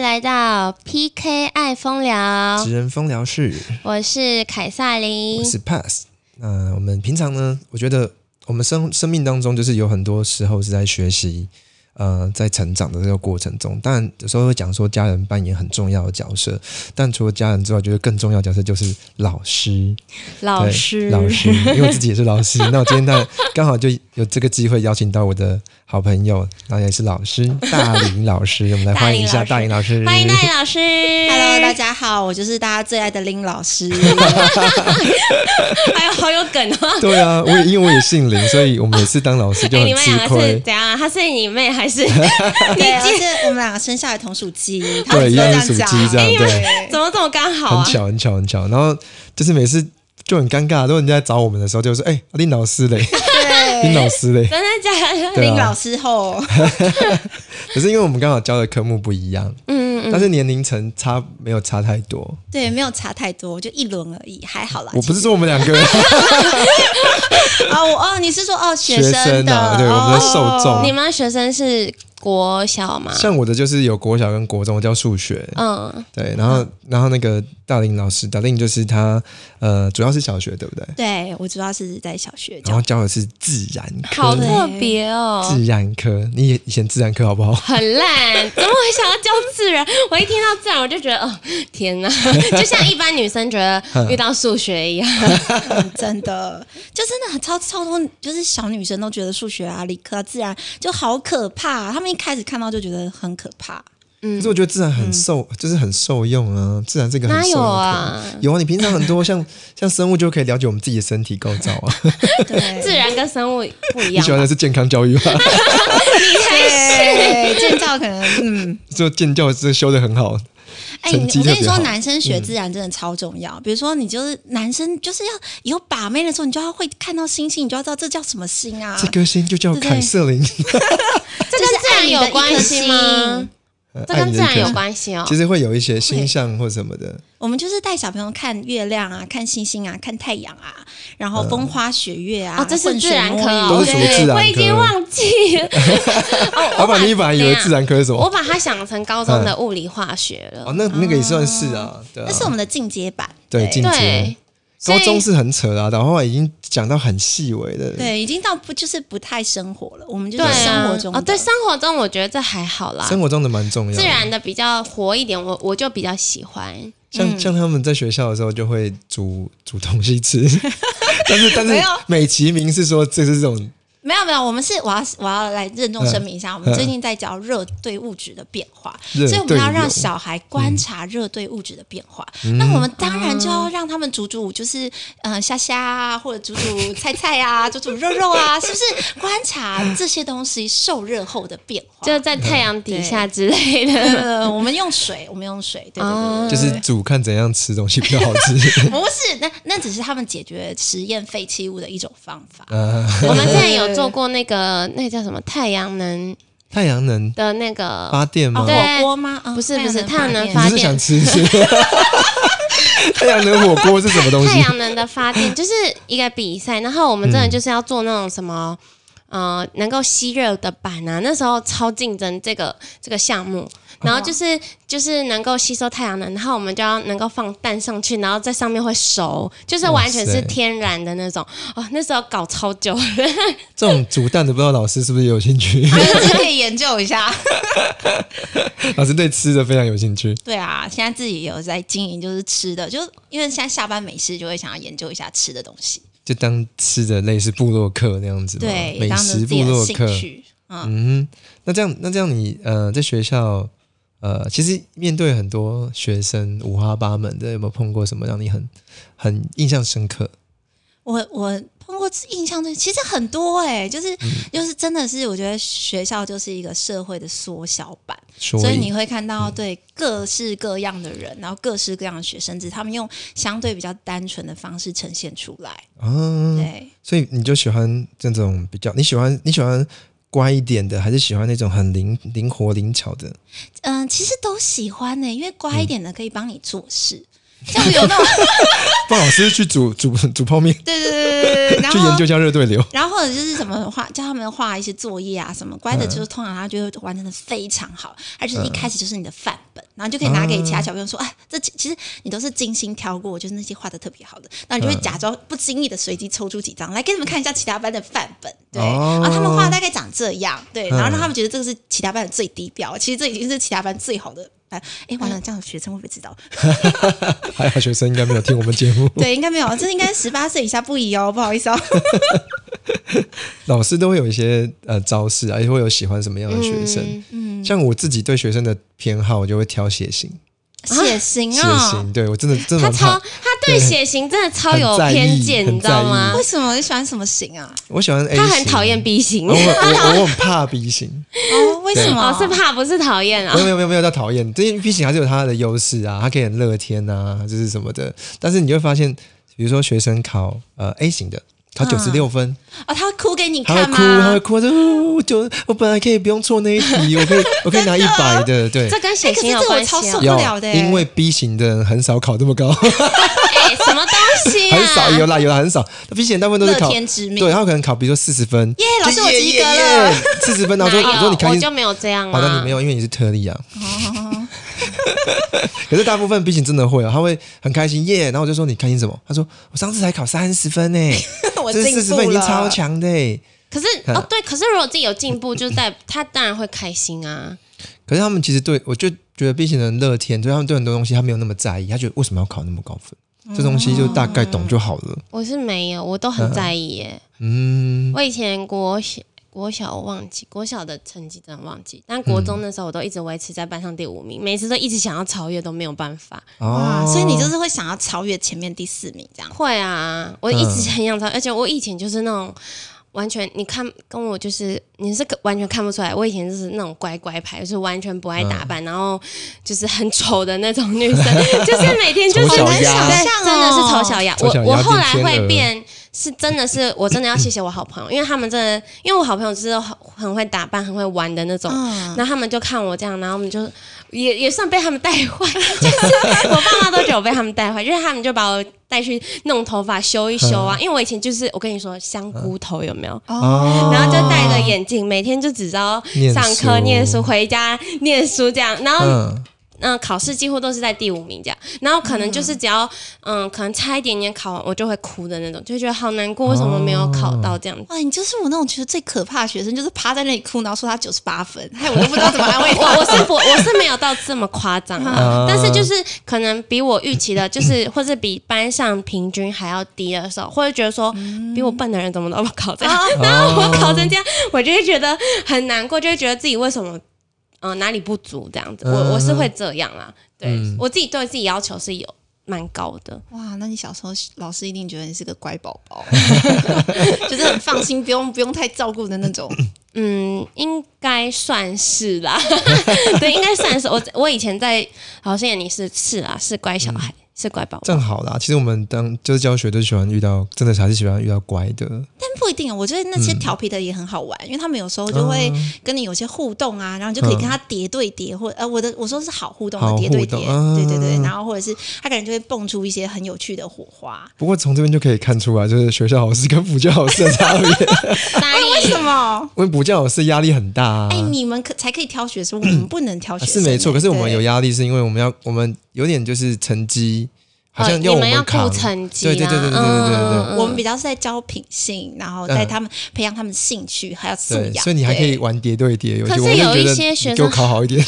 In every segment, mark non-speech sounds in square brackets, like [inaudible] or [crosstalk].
来到 PK 爱风聊，职人风疗室，我是凯撒琳我。是 Pass。那我们平常呢，我觉得我们生生命当中，就是有很多时候是在学习，呃，在成长的这个过程中。当然，有时候会讲说家人扮演很重要的角色，但除了家人之外，我觉得更重要的角色就是老师。老对师，老师，因为我自己也是 [laughs] 老师。那我今天呢，刚好就有这个机会邀请到我的好朋友，然后也是 [laughs] 老师大林老师，我们来欢迎一下大大林老师。欢迎戴老师。 Hello，大家好，我就是大家最爱的林 [laughs] 老师。哎呦，好有梗哦！对啊，我也因为我也姓林，所以我每次当老师 [laughs] 就哎，很你们吃两个是亏。怎样啊？他是你妹还 [laughs] 是？对，而且我们两个生下来同属鸡，他对，们一都这样样是属讲哎鸡这样，对，哎怎么这么刚好很啊？巧很巧很巧。然后就是每次就很尴尬，如果人家来找我们的时候，就说：“哎、林老师嘞，林对，老师嘞。真的假的？”对林老啊，师后，可是因为我们刚好教的科目不一样，嗯，嗯但是年龄层差没有差太多。对，没有差太多，就一轮而已，还好啦。我不是说我们 [laughs] 两个哦，我哦，你是说哦学学生生的？啊，对，我们的受哦众你。们学生是国小吗？像我的就是有国小跟国中，我教数学，嗯，对，然后然后那个大林老师，大林就是他，呃，主要是小学，对不对？嗯对我主要是在小学然教后，教的是自然好科，特别哦。自然科，你以以前自然科好不好？很烂，怎么会想要教自然？我一听到自然，我就觉得，哦，天 [laughs] 哪！就像一般女生觉得嗯遇到数学一样，真的就真的很超超多，就是小女生都觉得数学啊、理科啊、自然就好可怕，他们一开始看到就觉得很可怕。可是我觉得自然很受，就是很受用啊，自然这个很嗯哪受用有的啊科目？有啊，你平常很多像像生物就可以了解我们自己的身体构造啊。对，自然跟生物不一 [laughs] 你样喜欢吧。的是健康教育吧？ [laughs] 对建造可能嗯。就建教是修的很好，啊哎、成你绩我特跟你别说，好嗯男生学自然真的超重要。比如说，你就是男生，就是要以后把妹的时候，你就要会看到星星，你就要知道这叫什么星啊，这颗星就叫对对凯瑟琳，这跟是自然爱你有的一关颗系吗星。？这 [laughs] 跟自然有系。关系哦其。实会有一些星象或什么的，我们就是带小朋友看月亮啊，看星星啊，看太阳啊，然嗯后风花雪月啊，哦，这是浑自水然科哦，都摸鱼是属于自然科哎我已经忘记了。哦老板，你反而以为自，然科是什我把我么？把它想成高中的物理化学嗯了，。哦那那个也算是哦啊，对啊那，是我们的进阶版。对进阶对。，所高以中是很扯啦，然后已经讲到很细微的，对，已经到不就是不太生活了，我们就对是啊生活中的哦，对生活中我觉得这还好啦，生活中的蛮重要的。啊自然的比较活一点，我我就比较喜欢。嗯像像他们在学校的时候就会煮煮东西 [laughs] 吃，但是但是没有美其名是说这是这种没有没有，我们是我要我要来郑重声明一下，我们最近在教热对物质的变化，热所以我们要对让物小孩观察热对物质的变化。那我们当然就要让他们煮煮，就是嗯、呃虾虾啊，或者煮煮菜菜啊，煮煮肉肉啊， [laughs] 是不是？观察这些东西受热后的变化。就在太阳底下之类的。 [laughs] [laughs] 呃，我们用水，我们用水，对对啊对就是煮看怎样吃东西比较好吃。 [laughs] 对，不是那那只是他们解决实验废弃物的一种方法。呃，我们之前有做过那个那个叫什么太阳能太阳能的那个，发电吗哦，？对火锅吗？啊不是不是太阳能太阳能发电发你不是想吃太阳能火锅是什么 [laughs] 东西太？阳能的发电 [laughs] 就是一个比赛，然后我们真的就是要做那种什么。呃，能够吸热的板啊，那时候超竞争这个这个项目，然后就是就是能够吸收太阳能，然后我们就要能够放蛋上去，然后在上面会熟，就是完全哇是塞天然的那种。哦，那时候搞超久，这种煮蛋的，不知道老师是不是有兴 [laughs] 趣？就是 [laughs] 可以研究一下。老师对吃的非常有兴趣。对啊，现在自己也有在经营，就是吃的，就是因为现在下班没事，就会想要研究一下吃的东西，就当吃的类似部落客那样子吗，对，美当成食自部己的落兴客。趣。嗯，嗯，那这样，那这样你呃，在学校呃，其实面对很多学生五花八门的，有没有碰过什么让你很很印象深刻？我我通过印象中，其实很多哎、就是嗯就是真的是，我觉得学校就是一个社会的缩小版，所以所以你会看嗯到对各式各样的人，然后各式各样的学生，只是他们用相对比较单纯的方式呈现出来。啊，对，所以你就喜欢这种比较，你喜欢你喜欢乖一点的，还是喜欢那种很灵灵活灵巧的？嗯，其实都喜欢呢、因为乖嗯一点的可以帮你 [laughs] 做事，像有那种，帮老师去煮 [laughs] 煮煮泡面对对对对对对，然去后研究一下热对流。 [laughs] 然后或者就是什么画，叫他们画嗯一些作业啊什么，乖的就是通常他就会完成的非常好，而且一开始就是你的范本。然后你就可以拿给其他小朋友说，哎、这其其实你都是精心挑过，就是那些画的特别好的，那你就会假装不经意的随机抽出几张来给你们看一下其他班的范本，对，嗯哦然后他们画大概长这样，对，嗯然后让他们觉得这个是其他班的最低标，其实这已经是其他班最好的班，哎，完了，这样学生会不会知道？还好学生应该没有听我们节目， [laughs] 对，应该没有，这应该十八岁以下不宜哦，不好意思哦。老师都会有一些呃招式啊，也会有喜欢什么样的学生。嗯，像我自己对学生的偏好，我就会挑血型， [laughs] 血型血哦，型，对我真的真的他蛮超怕。他对血型真的超有很在意偏见，很你知道在意吗为？什么你喜欢什么型啊？我喜欢 A，他很型哦讨厌 B 型我。我我很怕 B 型，哦，为什么？哦，是怕不是讨厌啊没有？没有没有没有到讨厌，这些 B 型还是有它的优势啊，它可以很乐天啊，就是什么的。但是你就会发现，比如说学生考呃 A 型的，考九十六分，哦，他会哭给你他会看哭，他会吗？哭，他说呜就我本来可以不用错那一题，我可以我可以拿一百的，对。这跟血型有哎可是这关我系超啊受不有了的欸因为 B 型的人很少考这么高，哎，什么东西啊？很少有啦有啦很少，B 型大部分都是乐考，天知命对，他可能考比如说四十分，耶老师我及格了，四十分，然哪后说我说有你开啊我心就没有这样好的，啊你没。有，因为你是特 [laughs] 例啊。可是大部分 B 型真的会哦，他会很开心耶然后我就说你开心什么？他说我上次才考三十分呢， [laughs] 我这进四十步分已经了超强的欸耶。可 [laughs] 是嗯哦，对，可是如果自己有进步，就代他当然会开心啊。可是他们其实对我就觉得 B 型人乐天，对他们对很多东西他没有那么在意，他觉得为什么要考那么高哦分？这东西就大概懂就好了。我是没有，我都很在意耶。嗯，我以前国小国小我忘记国小的成绩真的忘记，但嗯国中的时候我都一直维持在班上第五名，每次都一直想要超越，都没有办法。哇，哦，所以你就是会想要超越前面第四名这样。会啊，我一直很想嗯超，而且我以前就是那种。完全，你看跟我就是，你是完全看不出来。我以前就是那种乖乖牌，就是完全不爱打扮，嗯然后就是很丑的那种 [laughs] 女生，就是每天就是丑小对鸭真的是丑小鸭。丑小鸭我我后来变天鹅会变，是真的是我真的要谢谢我好朋友，因为他们真的，因为我好朋友就是很很会打扮、很会玩的那种，嗯，然后他们就看我这样，然后我们就也也算被他们带坏， [laughs] 就是我爸妈都觉得我被他们带坏，就是他们就把我带去弄头发修一修啊，因为我以前就是我跟你说香菇头有没有？哦然后就戴个眼镜，每天就只知道念上课书念书，回家念书这样，然后嗯，嗯，考试几乎都是在第五名这样，然后可能就是只要嗯可能差一点点考完，我就会哭的那种，就会觉得好难过，为什么没有考到这样子。哇，你就是我那种觉得最可怕的学生，就是趴在那里哭，然后说他九十八分， [laughs] 害我都不知道怎么安慰我 [laughs] 他。哦我是不我是没有到这么夸张啊，但是就是可能比我预期的，就是或是比班上平均还要低的时候，或者觉得说比我笨的人怎么都考这样， [laughs] 然后我考成这样，我就会觉得很难过，就会觉得自己为什么嗯、呃哪里不足这样子，我我是会这样啦，对嗯我自己对自己要求是有蛮高的。哇，那你小时候老师一定觉得你是个乖宝宝， [laughs] 就是很放心，不用不用太照顾的那种。嗯，应该算是啦， [laughs] 对，应该算是我我以前在好像眼里是是啊，是乖小孩，是乖宝宝。正好啦。其实我们当就是教学都喜欢遇到，真的还是喜欢遇到乖的。但不一定，我觉得那嗯些调皮的也很好玩，因为他们有时候就会跟你有些互动啊，然后你就可以跟他叠对叠，或呃，我的我说是好互动嗯好的叠对互动，叠嗯对对对，然后或者是他可能就会蹦出一些很有趣的火花。不过从这边就可以看出来，就是学校老师跟补教老师的差 [laughs] 别。哪里为什么？因为补教老师压力很大、啊。 [laughs] 哎，你们可才可以挑学生，我们不能挑学是生、没错，可是我们有对压力，是因为我们要我们有点就是成绩，好像哦你我们要扛。顾成绩啦，对对对对对对对对对嗯我们比较是在教品性，然后带他们培养他们兴趣，还有素嗯对，养。所以你还可以对玩叠对叠游戏。可是我们就有一觉得些学你给我生考好 [laughs] 一点，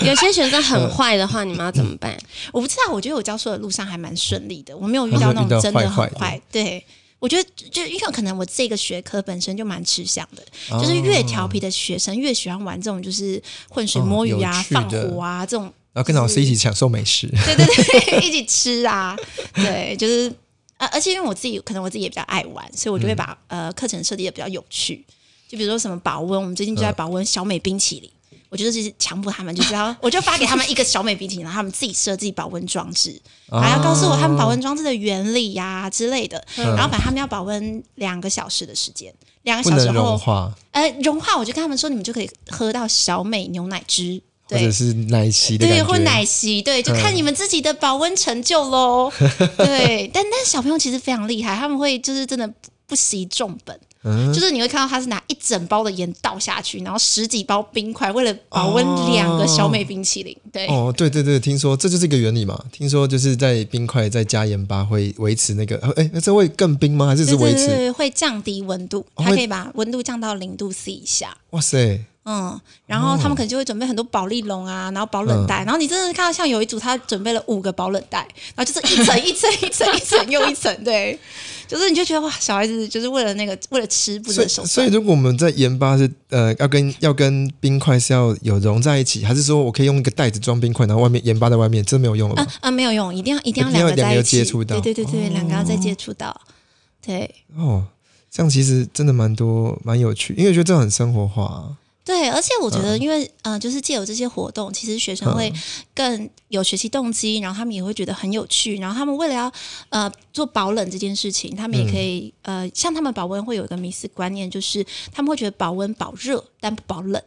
有些学生很坏的话，你们要怎么办？嗯我不知道，我觉得我教书的路上还蛮顺利的，我没有遇到那没有种遇到真的坏很坏坏。对，我觉得就就因为可能我这个学科本身就蛮吃香的，哦就是越调皮的学生越喜欢玩这种就是浑水摸鱼哦有啊、趣放的火啊这种，然后跟老师一起享受 [laughs] 美食。对对对， [laughs] 一起吃啊，对，就是。呃，而且因为我自己可能我自己也比较爱玩，所以我就会嗯把、呃课程设计的比较有趣，就比如说什么保温，我们最近就在保温小美冰淇淋，我就是强迫他们，就 [laughs] 是要我就发给他们一个小美冰淇淋，然后他们自己设计保温装置，啊还要告诉我他们保温装置的原理呀、之类的。嗯然后反正他们要保温两个小时的时间，两个不小时能融后，化，呃，融化我就跟他们说，你们就可以喝到小美牛奶汁，或者对。是奶昔的感对，觉。嗯或奶昔，对，就看你们自己 [laughs] 的保温成就喽。对，但但小朋友其实非常厉害，他们会就是真的不惜重本。嗯就是你会看到他是拿一整包的盐倒下去，然后十几包冰块，为了保温哦两个小美冰淇淋。对，哦，对对对，听说这就是一个原理嘛。听说就是在冰块再加盐巴会维持那个，哎，那这会更冰吗？还是是对维对持？对对，会降低温度，哦它会可以把温度降到零度 C 以下。哇塞，嗯，然哦后他们可能就会准备很多保利龙啊，然后保冷嗯袋，然后你真的看到像有一组他准备了五个保冷袋，然后就是一层一层一层 [laughs] 一层又一层，对，就是你就觉得哇，小孩子就是为了那个为了吃不所以择手所以段。如果我们在盐巴是呃要跟要跟冰块是要有融在一起，还是说我可以用一个袋子装冰块，然后外面盐巴在外面，这没有用了啊吗？啊，没有用，一定要一定要一定要两个两在个一接起，触到对对对对，两个要再接触到，对。哦，这样其实真的蛮多蛮有趣，因为我觉得这样很生活化、啊。对，而且我觉得，因为嗯、呃就是借由这些活动，其实学生嗯会更有学习动机，然后他们也会觉得很有趣，然后他们为了要呃做保冷这件事情，他们也嗯可以、呃，像他们保温会有一个迷思观念，就是他们会觉得保温保热但不保冷，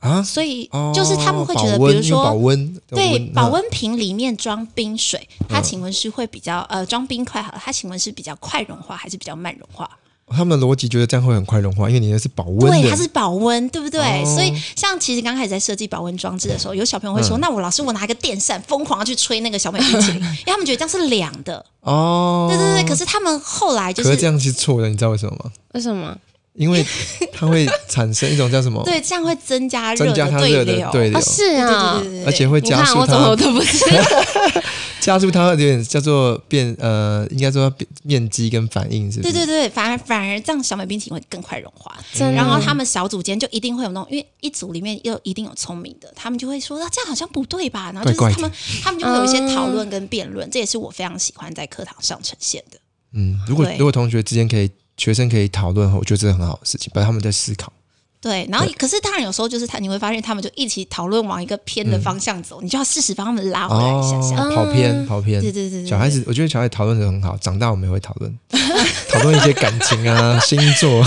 啊，所以哦就是他们会觉得，保温比如因为保说。温，对，嗯保温瓶里面装冰水，它请问是会比较呃装冰块好了，它请问是比较快融化还是比较慢融化？他们的逻辑觉得这样会很快融化，因为你那是保温的，对，它是保温，对不对？哦所以像其实刚开始在设计保温装置的时候，有小朋友会说：“那我老师，我拿一个电扇疯狂的去吹那个小美冰淇淋，因为他们觉得这样是凉的。”哦，对对对，可是他们后来就可是是这样是错的，你知道为什么吗？为什么？因为它会产生一种叫什么？ [laughs] 对这样会增加热增加它热对哦的流，对流啊，，是对啊对，对对对，而且会你加看速我怎么它，都不知 [laughs] [laughs] 加速它有点叫做变呃，应该说变面积跟反应是不对是？对对，反而反而这样小美冰淇淋会更快融化。真的然后他们小组间就一定会有那种，因为一组里面又一定有聪明的，他们就会说啊，这样好像不对吧？然后就是他们他们就会有一些讨论跟辩论，这也是我非常喜欢在课堂上呈现的。嗯，如果对如果同学之间可以学生可以讨论，我觉得这是很好的事情，把他们在思考。对，然后可是当然有时候就是他，你会发现他们就一起讨论往一个偏嗯的方向走，你就要适时帮他们拉回来一 [laughs] 下下。哦跑偏跑偏，嗯对对对对小孩子，我觉得小孩讨论的很好，长大我们也会讨论，讨论一些感情啊、星 [laughs] 座、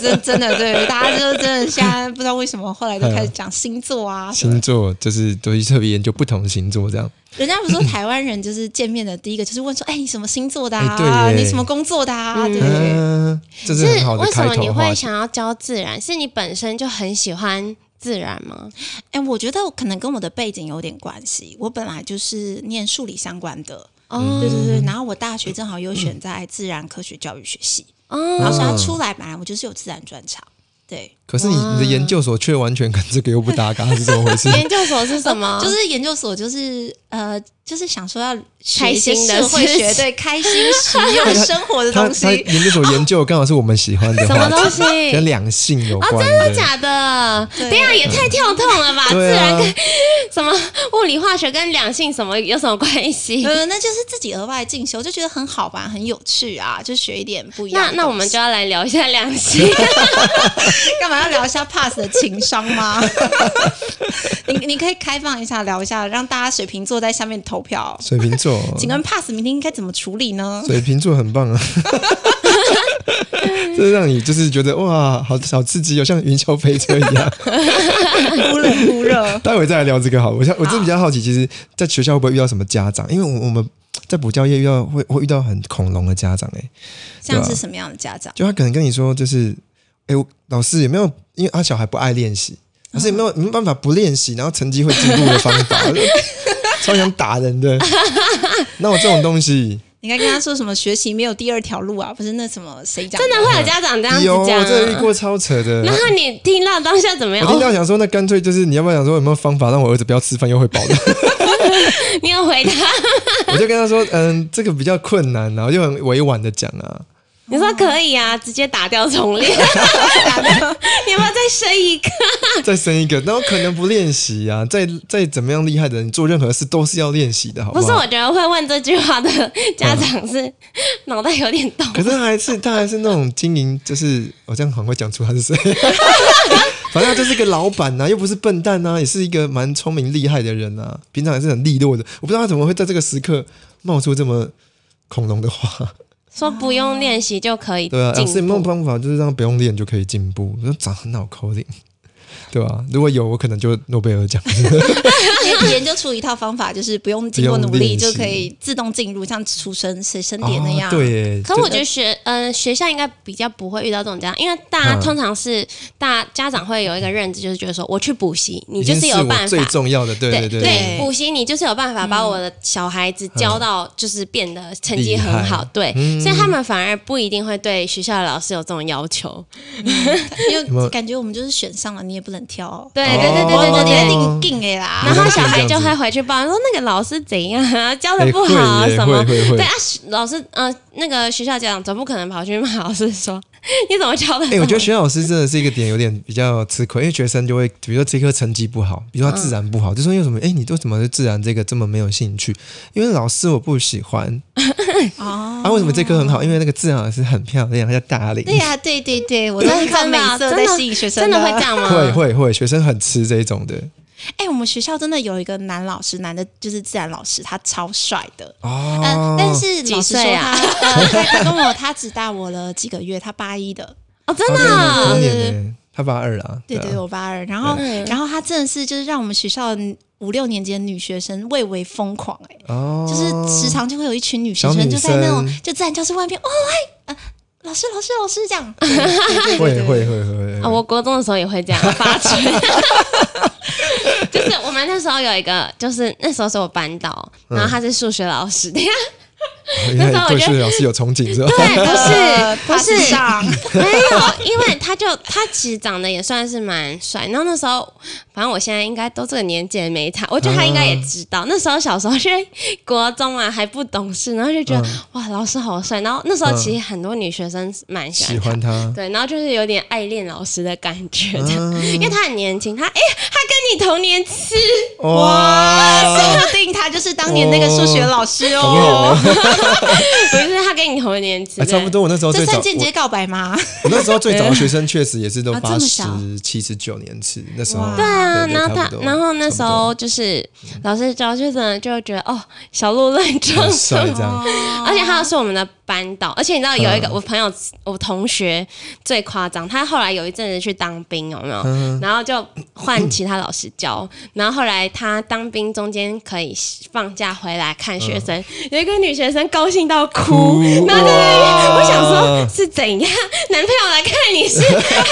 真真的对，大家就真的现在不知道为什么后来就开始讲星座啊。星座， [laughs] 就是都是特别研究不同星座这样。人家不是说台湾人就是见面的第一个就是问说，哎，你什么星座的哎对啊？耶你什么工作的啊？对不对？嗯，这是很是好的为什开么你头话会题。想要教自然？是你本身就很喜欢自然吗？哎，我觉得可能跟我的背景有点关系，我本来就是念数理相关的，嗯哦对对对，然后我大学正好又选在自然科学教育学系，然嗯哦，后所以它出来本来我就是有自然专长，对。可是你你的研究所却完全跟这个又不搭嘎，是怎么回事？研究所是什 [laughs] 么？就是研究所，就是呃，就是想说要学开一些心的社会事学，情对， [laughs] 开心实用生活的他东他西。研究所研究刚好是我们喜欢的什话么题，东西？ [laughs] 哦跟两性有关真的假的？对等一下也太跳痛了吧！自对然啊跟， [laughs] 什么物理化学跟两性什么有什么关系？ [laughs] 呃，那就是自己额外进修，就觉得很好玩，很有趣啊，就学一点不一样那的东西。那我们就要来聊一下两 [laughs] 性。 [laughs] 干嘛要聊一下 Pass 的情商吗？ [laughs] 你你可以开放一下，聊一下，让大家水瓶座在下面投票。水瓶座，请问 Pass 明天应该怎么处理呢？水瓶座很棒 [laughs] 啊。这让你就是觉得哇，好好刺激哦，像云霄飞车一样。 [laughs] 忽冷忽热。待会再来聊这个好了。我想我真的比较好奇，其实在学校会不会遇到什么家长？因为我我们在补教业遇到会会遇到很恐龙的家长、欸， [laughs] 像是什么样的家长？就他可能跟你说，就是，哎、我老师有没有？因为他小孩不爱练习，老师有嗯没有没有办法不练习，然后成绩会进步的方 [laughs] 法？我就超想打人的。那我这种东西，你应该跟他说什么？学习没有第二条路啊，不是那什么谁讲真的会有家 [laughs] 长这样子有我讲这遇啊？过超扯的。然后你听到当下怎么样？我听哦，到想说，那干脆就是你要不要想说有没有方法让我儿子不要吃饭又 [laughs] 会饱的？你有回答？我就跟他说，嗯，这个比较困难、啊，然后就很委婉的讲啊，你说可以啊，直接打掉重练，你要不要再生一个？再生一个，然后可能不练习啊，再再怎么样厉害的人，做任何事都是要练习的，好不好？是，我觉得会问这句话的家长是脑袋有点动。可是他还是他还是那种经营，就是我、这样很会讲出他 [laughs] 是谁。反正他就是个老板啊呐、又不是笨蛋呐、也是一个蛮聪明厉害的人呐、平常也是很利落的。我不知道他怎么会在这个时刻冒出这么恐龙 [laughs] 的话，说不用练习就可以对啊，老师有进没有步。办法就是让他不用练就可以进步？我说长得很脑壳灵，对吧？如果有，我可能就诺贝尔奖。 [laughs] 研究出一套方法，就是不用经过努力就可以自动进入，像出生随身点那样。哦 [laughs] 对耶，可就我觉得学嗯、学校应该比较不会遇到这种家长，因为大家嗯通常是、大家长会有一个认知，就是觉得说我去补习，你已就经是有办我法最。重要的，对对对对补习你就是有办法把我的小孩子教到，就是变得成绩很嗯厉好害，嗯对，所以他们反而不一定会对学校的老师有这种要求。因没有为感觉我们就是选上了，你也不能挑哦。对哦对对对对对你对。会定定哎啦。然后小孩有这就样子会回去抱怨说那个老师怎样啊，教的哎不好啊会耶什么会。会会对啊，老师，呃，那个学校家长总不可能跑去骂老师说你怎么教的？哎、我觉得学校老师真的是一个点有点比较吃亏，因为学生就会，比如说这科成绩不好，比如说他自然不好，就说为什么？哎、你对怎么对自然这个这么没有兴趣？因为老师我不喜欢哦，啊。为什么这科很好？因为那个自然老师很漂亮，她叫达玲。对呀、对对对，哎我都是靠美色在吸引学生真的会这。样吗？会会会，学生很吃这一种的哎、我们学校真的有一个男老师，男的就是自然老师，他超帅的。哦、嗯、但是老几师岁说啊他，呃、他他跟我他只大我了几个月，他八一的，哦，真哦的对我同啊，年呢，他八二啦，对啊对，我八二。然后，嗯然后他真的是就是让我们学校五六年级的女学生蔚为疯狂、哎、哦，就是时常就会有一群女学小生女就在那种生就自然教室外面，哦嗨、呃，老师老师老师这 [laughs] 样，会会会会会，啊，我国中的时候也会这 [laughs] 样发吹。就是我们那时候有一个，就是那时候是我班导，然后他是数学老师，等一下原那时候来我对觉数学老师有憧憬是吧？ [laughs] 对，不呃是不他是是上，没有，因为他就他其实长得也算是蛮帅。然后那时候，反正我现在应该都这个年纪了没他，我觉得他应该也知道。那时候小时候是国中嘛，还不懂事，然后就觉得、嗯哇，老师好帅。然后那时候其实很多女学生蛮喜欢喜他，欢他，对，然后就是有点爱恋老师的感觉，这样，嗯因为他很年轻，他哎、他跟你同年次，哇，说不定他就是当年那个数学老师好好哦。哦不是他跟你同年次，啊差不多。我那时候这最早算间接告白吗？ [laughs] 我那时候最早的学生确实也是都啊这八么十小七十九年次，那时候哇对啊，对然后差他不，多然后那时差不多候就是老师教，就真的就觉得哦，小鹿乱撞很帅这样，而且他是我们的班导，而且你知道有一个嗯我朋友，我同学最夸张，他后来有一阵子去当兵，有没有？嗯然后就换其他老师教，然后后来他当兵中间可以放假回来看学生，有一个女学生高兴到哭，嗯哭然后在那边哇我想说是怎样，男朋友来看你是 [laughs]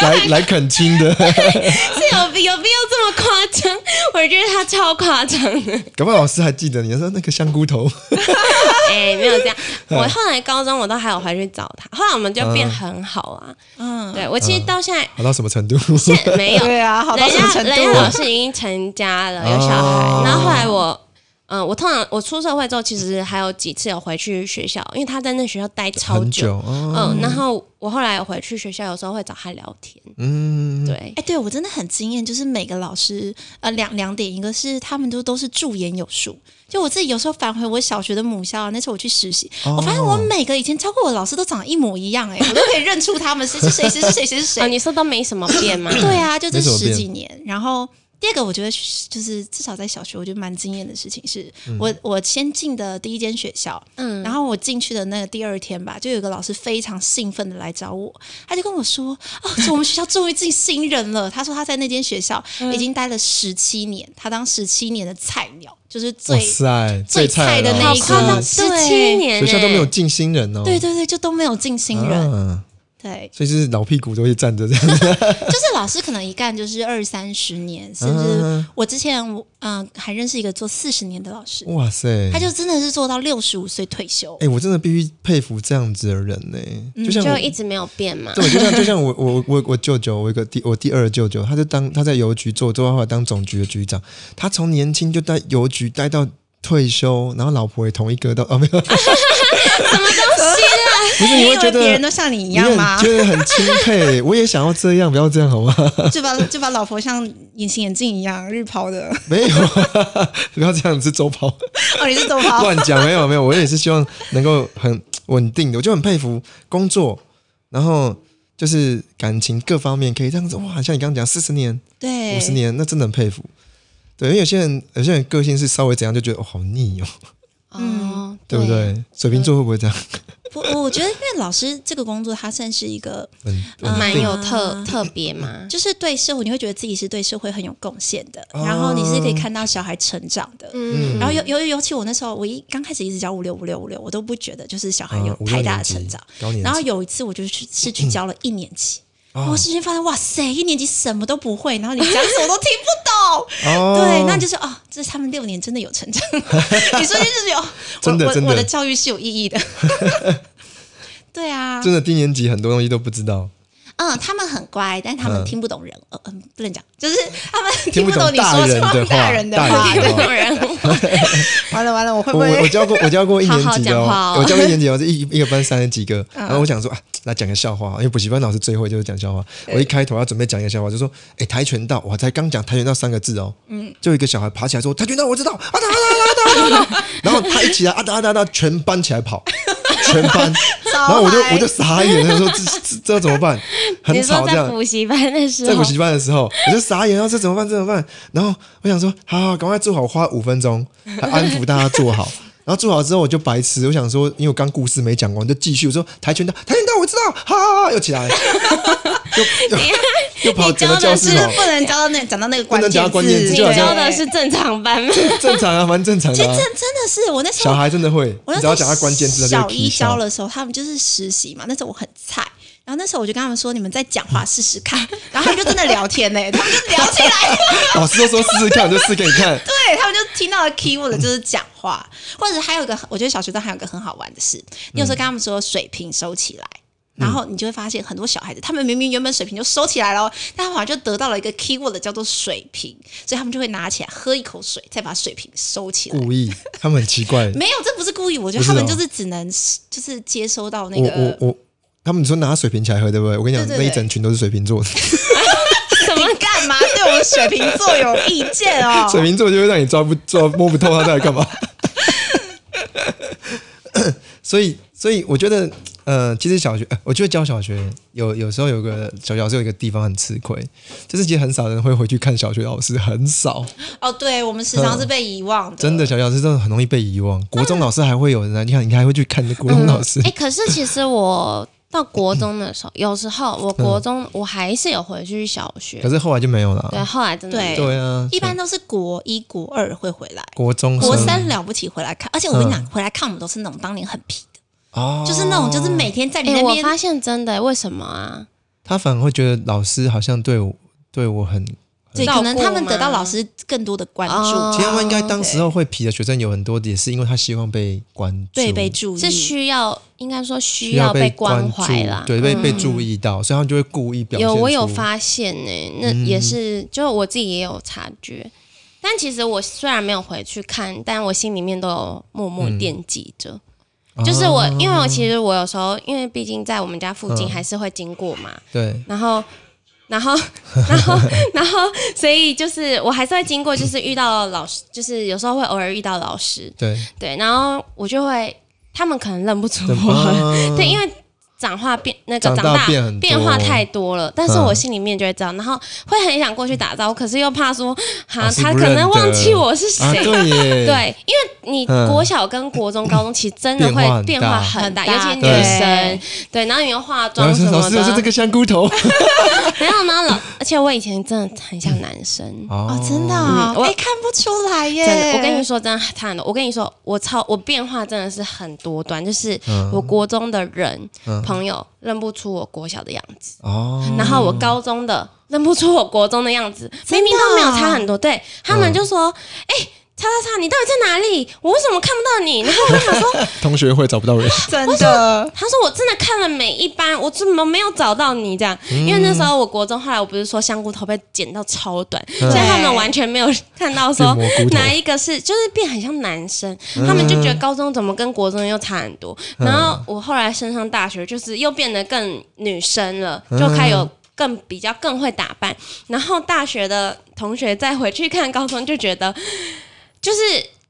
来来恳亲的， [laughs] 是有有必要这么夸张？我觉得他超夸张的。搞不好老师还记得你说那个香菇头， [laughs] [laughs] 哎、没有这样。嗯我后来高中我都还有回去找他，后来我们就变很好啊。嗯，对我其实到现在、好到什么程度？现没有，对啊，好到人什么家程人家老度？师已经成家了，有小孩。哦然后后来我，嗯、我通常我出社会之后，其实还有几次有回去学校，因为他在那学校待超 [laughs] 很久。久，哦嗯，然后我后来有回去学校，有时候会找他聊天。嗯，对哎，，对我真的很惊艳，就是每个老师，呃，两两点，一个是他们都都是驻颜有术。就我自己有时候返回我小学的母校，那时候我去实习，哦我发现我每个以前教过我的老师都长得一模一样、哎，我都可以认出他们谁是谁，谁是谁，谁是啊，谁。你说都没什么变 [coughs] 吗？对 [clears throat] 啊，就这没什么十变几年。然后第二个，我觉得就是至少在小学，我觉得蛮惊艳的事情是，嗯我我先进的第一间学校，嗯，然后我进去的那个第二天吧，就有一个老师非常兴奋的来找我，他就跟我说：“哦，我们学校终于进新人了。”他说他在那间学校已经待了十七年，他当十七年的菜鸟，就是最哇塞，最菜菜的老那一师夸张，个十七年、欸，学校都没有进新人哦，对对对，就都没有进新人。啊对，所以就是老屁股都会站着这样， [laughs] 就是老师可能一干就是二三十年，甚至啊我之前我嗯、还认识一个做四十年的老师，哇塞，他就真的是做到六十五岁退休。嗯 [laughs] 哎、我真的必须佩服这样子的人呢、就像就我一直没有变嘛。对，就像就像我我我我舅舅，我一个第我第二舅舅，他就当他在邮局做，做到后来当总局的局长，他从年轻就在邮局待到。退休，然后老婆也同一个到哦，没有，不是你会觉得别人都像你一你样很吗？觉得很钦佩，我也想要这样，不要这样好吗？ [laughs] 就把就把老婆像隐形眼镜一样日抛的。 [laughs] 没有， [laughs] 不要这样子周跑哦，你是走跑？乱讲，没有没有，我也是希望能够很稳定的，我就很佩服工作，然后就是感情各方面可以这样子，哇，像你刚刚讲四十年，对，五十年，那真的很佩服。对，因为有些人有些人个性是稍微怎样就觉得、哦、好腻哦，哦，对不？对？水瓶座会不会这样？我我觉得，因为老师这个工作，他算是一个，稳稳蛮定有特特别嘛。就是对社会，你会觉得自己是对社会很有贡献的，哦然后你是可以看到小孩成长的。嗯，然后尤尤尤其我那时候，我一刚开始一直教五六五六五六，我都不觉得就是小孩有啊五六太大的年级成长。高年然后级有一次，我就去是去教了一年级，哦我瞬间发现，哇塞，一年级什么都不会，然后你讲什么都听不懂。 [laughs] 哦对，那就是哦，这是他们六年真的有 [laughs] 成长，你瞬间就是有，真的我真我的我的教育是有 [laughs] 意义的。对啊，真的低年级很多东西都不知道，嗯，他们很乖，但他们嗯听不懂人，呃，嗯，不能讲，就是他们听不不懂懂你说什么大大人人的的话 [laughs] 大哦话。人的话对有人完了完了，我会我我我教过我教过一年级好的、好讲话哦哦，嗯我教过一年级，我是一一个班三十几个，然后我想说啊，来讲个笑话，因为补习班老师最会就是讲笑话。我一开头要准备讲一个笑话，就说，哎，跆拳道，我才刚讲跆拳道三个字哦，嗯，就有一个小孩爬起来说跆拳道我知道，啊哒啊哒啊哒啊哒啊哒，然后他一起来啊哒啊哒啊哒，全班起来跑，全 [laughs] 班，然后我就超嗨我就傻眼了，说这这这要怎么办？ [laughs] 很你说吵这在样。补习班的时在候补，习班的时候，我就傻眼，然后这怎么办？这怎么办？然后我想说，好好，赶快做好，花五分钟还安抚大家做好。然后做好之后，我就白痴，我想说，因为我刚故事没讲完，就继续。我说跆拳道，跆拳道我知道，哈哈哈，又起来， [laughs] 又又又跑整个哦教室就是跑，不能教到那讲到那个关不能讲键到字，关键字你就好像教的是正常班 [laughs] 吗？正常啊，蛮正常其的实啊、真真的是我那时小候孩真的会，我你只那时要候讲到关键字，他就小会一起笑教的时候，他们就是实习嘛，那时候我很菜。然后那时候我就跟他们说：“你们再讲话试 [laughs] 试看。”然后他们就真的聊天呢、他们就聊起来了。老师都说试试看，我就试给你看。对他们就听到的 keyword 就是讲话，或者还有一个，我觉得小学段还有一个很好玩的事，你有嗯时候跟他们说水平收起来。然后你就会发现，很多小孩子他们明明原本水平就收起来了哦，但他们好像就得到了一个 keyword 叫做水平，所以他们就会拿起来喝一口水，再把水平收起来。故意，他们很奇怪。没有，这不是故意，我觉不得是他们哦就是只能就是接收到那我个我我，他们说拿水瓶起来喝，对不对？我跟你讲，对对那对一整群都是水瓶座的。什么？干嘛对我们水瓶座有意见哦 [laughs] 水瓶座就会让你抓不 [laughs] 抓摸不透他到底干嘛。 [coughs] 所以，所以我觉得，呃，其实小学，呃我觉得教小学有有时候有个小小时候有一个地方很吃亏，就是其实很少人会回去看小学老师，很少，哦，对，我们时常是被遗忘的，真的小学老师真的很容易被遗忘。国中老师还会有人来，你看你还会去看国中老师嗯哎、，可是其实我到国中的时候，有时候我国中我还是有回去小学可，是后来就没有对，了。后来真的对对啊，一般都是国一、国二会回来，国中国生三了不起回来看，而且我跟你讲，回来看我们都是那种当年很皮的，嗯哦，就是那种就是每天在你哎、那我边，发现真的、为什么啊？他反而会觉得老师好像对我对我很对，照可能顾他们得到吗老师更多的关哦注其，实他们应该当时候会皮的学生有很多，也是因为他希望被关注，对，被注意，是需要，应该说需需要要被关注怀啦。嗯对，被被注意到，所以他们就会故意表现有出。嗯我有发现呢、那也是，就我自己也有察觉。但其实我虽然没有回去看，但我心里面都有默默嗯惦记着。啊，就是我，因为我其实我有时候，因为毕竟在我们家附近嗯还是会经过嘛，对然后，然后，然 [laughs] 后，然后，所以就是我还是会经过，就是遇到老师，就是有时候会偶尔遇到老师，对，对，然后我就会，他们可能认不出怎我，么 [laughs] 对，因为长话变那个长长大大嗯变很多变化太多了，但是嗯我心里面就会知道，然后会很想过去打招呼，可是又怕说，哈老，师他啊不可认能忘得记我是谁，啊，对 [laughs] 耶，对，因为你嗯国小跟国中、高中其实真的变化会很变大化很大，很尤大其女嗯对生，对，然后你又化然妆后什说老么师我是这的，个香 [laughs] 菇头然后呢，老，而且我以前真的很像男生，哦，真的嗯啊，我哎，看不出来耶，真的，我跟你说真的太多，我跟你说，我超我变化真的是很多端，就是嗯我国中的人嗯朋友认不出我国小的样子，嗯哦，然后我高中的认不出我国中的样子， [laughs] 真明的嗯明都没有差啊很多，对他们就说，哎。叉叉叉，你到底在哪里？我为什么看不到你？然后我就想说，同学会找不到人，真的，他说我真的看了每一班，我怎么没有找到你这样？嗯因为那时候我国中，后来我不是说香菇头被剪到超短，所以他们完全没有看到说变嗯蘑菇头嗯哪一个是，就是变很像男生，他们就觉得高中怎么跟国中又差很多。然后我后来升上大学，就是又变得更女生了，嗯就开始有。更比较更会打扮，然后大学的同学再回去看高中，就觉得就是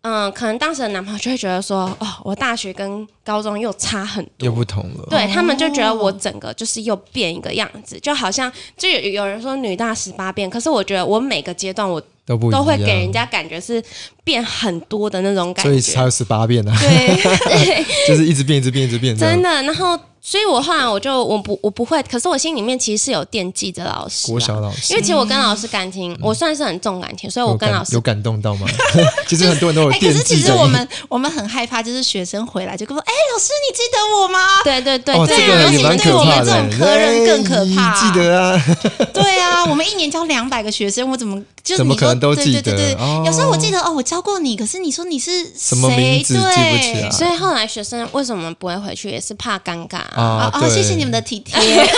嗯、可能当时的男朋友就会觉得说，哦，我大学跟高中又差很多，又不同了，对他们就觉得我整个就是又变一个样子，就好像就有有人说女大十八变，可是我觉得我每个阶段我都不一样都会给人家感觉是变很多的那种感所以才觉。有十八变啊， [laughs] 对对，就是一直变，一直变，一直变。这样真的。然后，所以我后来我就我不我不会，可是我心里面其实是有惦记着老师啊，国小老师因为其实我跟老师感情，我算是很重感情，所以我有跟感老师有感动到吗？ [laughs] 其实很多人都有哎、惦可是其记实着我你们我们很害怕，就是学生回来就跟我说：“哎、老师，你记得我吗 [laughs] 对对对哦，对这个尤也其蛮对可我们怕这的种欸。科任更可怕哎记得啊，？”对啊，我们一年教两百个学生，我怎么就是怎么你可能都对记对对对得哦有时候我记得哦，我教过你，可是你说你是谁什么名字记不对起来所以后来学生为什么不会回去，也是怕尴尬啊，啊哦哦，对谢谢你们的体贴。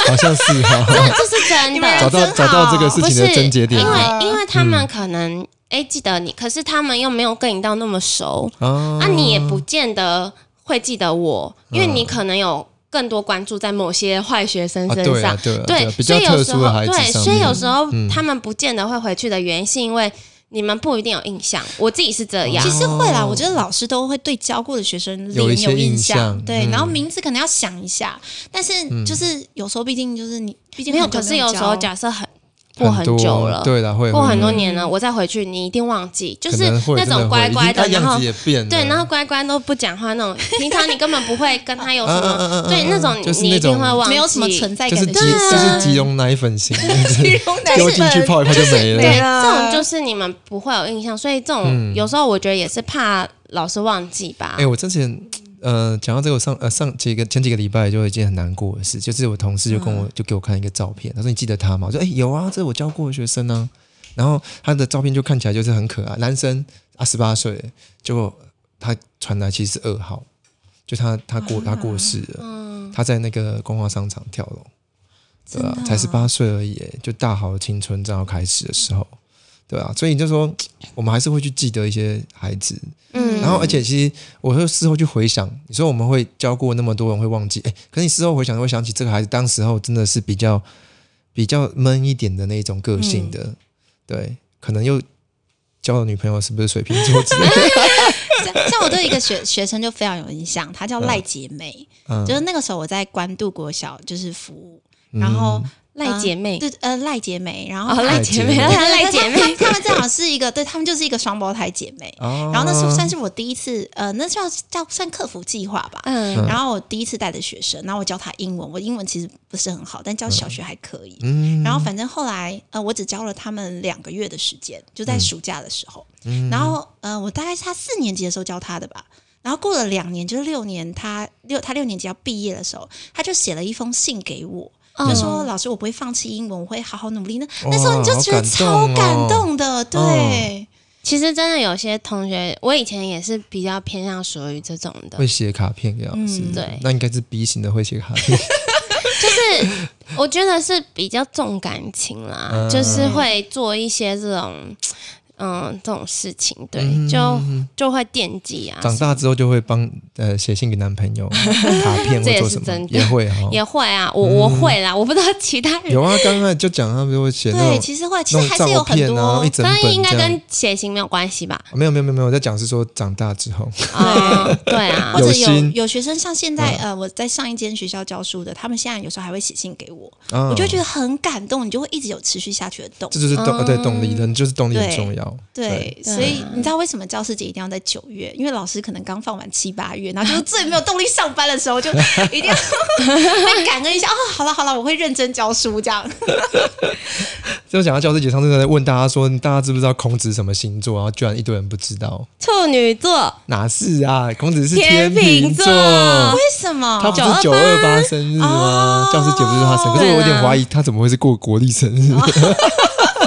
好像是哈， [laughs] 这是真你的们。 [laughs] 找到真好找到这个事不情是的症结点嗯因了啊啊为因为他们可能哎、诶记得你，可是他们又没有跟你到那么熟，啊啊，你也不见得会记得我，因为你可能有更多关注在某些坏学生啊身对上啊，对啊对对啊，比所较以有特时殊的候孩子对，上所以有面，嗯时候他们不见得会回去的原因是因为你们不一定有印象，我自己是这哦样其。实会啦，我觉得老师都会对教过的学生脸有一些印印象对，嗯然后名字可能要想一下，但是就是有时候毕竟就是你，毕竟没有，很久可是没有时候教假设很过很多久了，对了，会过很多会年了，我再回去，你一定忘记，就可是能会那真的种会乖乖的，已然经他样后子也变了对，然后乖乖都不讲话那种，平常你根本不会跟他有什嗯嗯嗯嗯么，嗯对，那种就是你那一定种会忘记，没有什么存在就感是集的学生，就是集中奶粉型， [laughs] 丢就进去泡一泡就没对，啊了。这啊种就是你们不会有印象，所以这种有时候我觉得也是怕老师忘记吧哎，。我之前呃讲到这个，我上呃上几个前几个礼拜就有一件很难过的事，就是我同事就跟我就给我看一个照片，他说你记得他吗？我说哎有啊，这是我教过的学生啊。然后他的照片就看起来就是很可爱，男生啊十八岁，结果他传来其实是二号，就他他过他过世了，他在那个光华商场跳楼。对啊，才十八岁而已耶，就大好的青春正要开始的时候，对啊，所以就说我们还是会去记得一些孩子，嗯然后而且其实我会事后去回想，你说我们会教过那么多人会忘记，哎，可是你事后回想会想起这个孩子当时候真的是比较比较闷一点的那种个性的，嗯对，可能又交了女朋友是不是水瓶座之类 [laughs] 的，像像我对一个学学生就非常有印象，她叫赖姐妹，嗯就是那个时候我在关渡国小就是服务，然后赖姐妹，嗯对呃赖姐妹，然后哦，赖赖姐姐妹，[laughs] 妹赖姐妹，她们正好是一个对她们就是一个双胞胎姐妹，哦然后那时候算是我第一次呃那叫叫算客服计划吧，嗯，然后我第一次带的学生，然后我教他英文，我英文其实不是很好，但教小学还可以。嗯然后反正后来，呃，我只教了他们两个月的时间，就在暑假的时候。嗯然后，呃，我大概是他四年级的时候教他的吧。然后过了两年，就是六年，他六他六年级要毕业的时候，他就写了一封信给我，哦嗯就说：“老师，我不会放弃英文，我会好好努力。”那那时候你就觉得好超感动感哦嗯动的，对，其实真的有些同学，我以前也是比较偏向属于这种的，哦会写卡片给老师，嗯对那应该是 B 型的会写卡 [laughs] 片，就是我觉得是比较重感情啦，嗯就是会做一些这种嗯这种事情，对，嗯就就会惦记啊，长大之后就会帮呃写信给男朋 [laughs] 友，卡片这会也做是什么真的也会哈。也会啊，我我会啦，我不知道其他人哦嗯有。啊，刚才就讲他们就会写那对，种其实会，其那实种还是有照很片啊，然后多一整但本应该这样跟血型没有关系 [laughs] 吧？啊没有没有没有没有，我在讲是说长大之后，嗯，对啊或，者 [laughs] 有有心嗯有学生像现在呃，我在上一间学校教书的，他们现在有时候还会写信给我，啊、我就会觉得很感动，你就会一直有持续下去的动这。就是动、呃对动力，人就是动力很嗯对重要。对，对所以你知道为什么教师节一定要在九月？因为老师可能刚放完七八月，[laughs] 然后就是最没有动力上班的时候，就一定要会感恩一下哦。好了好了，我会认真教书这样。就讲到教师节，上次在问大家说，大家知不知道孔子什么星座？然后居然一堆人不知道，处女座、哪是啊？孔子是天秤秤座，座为什么？他不是九二八生日吗？哦教师节不是他生日，可是我有点怀疑他怎么会是过国历生日？哦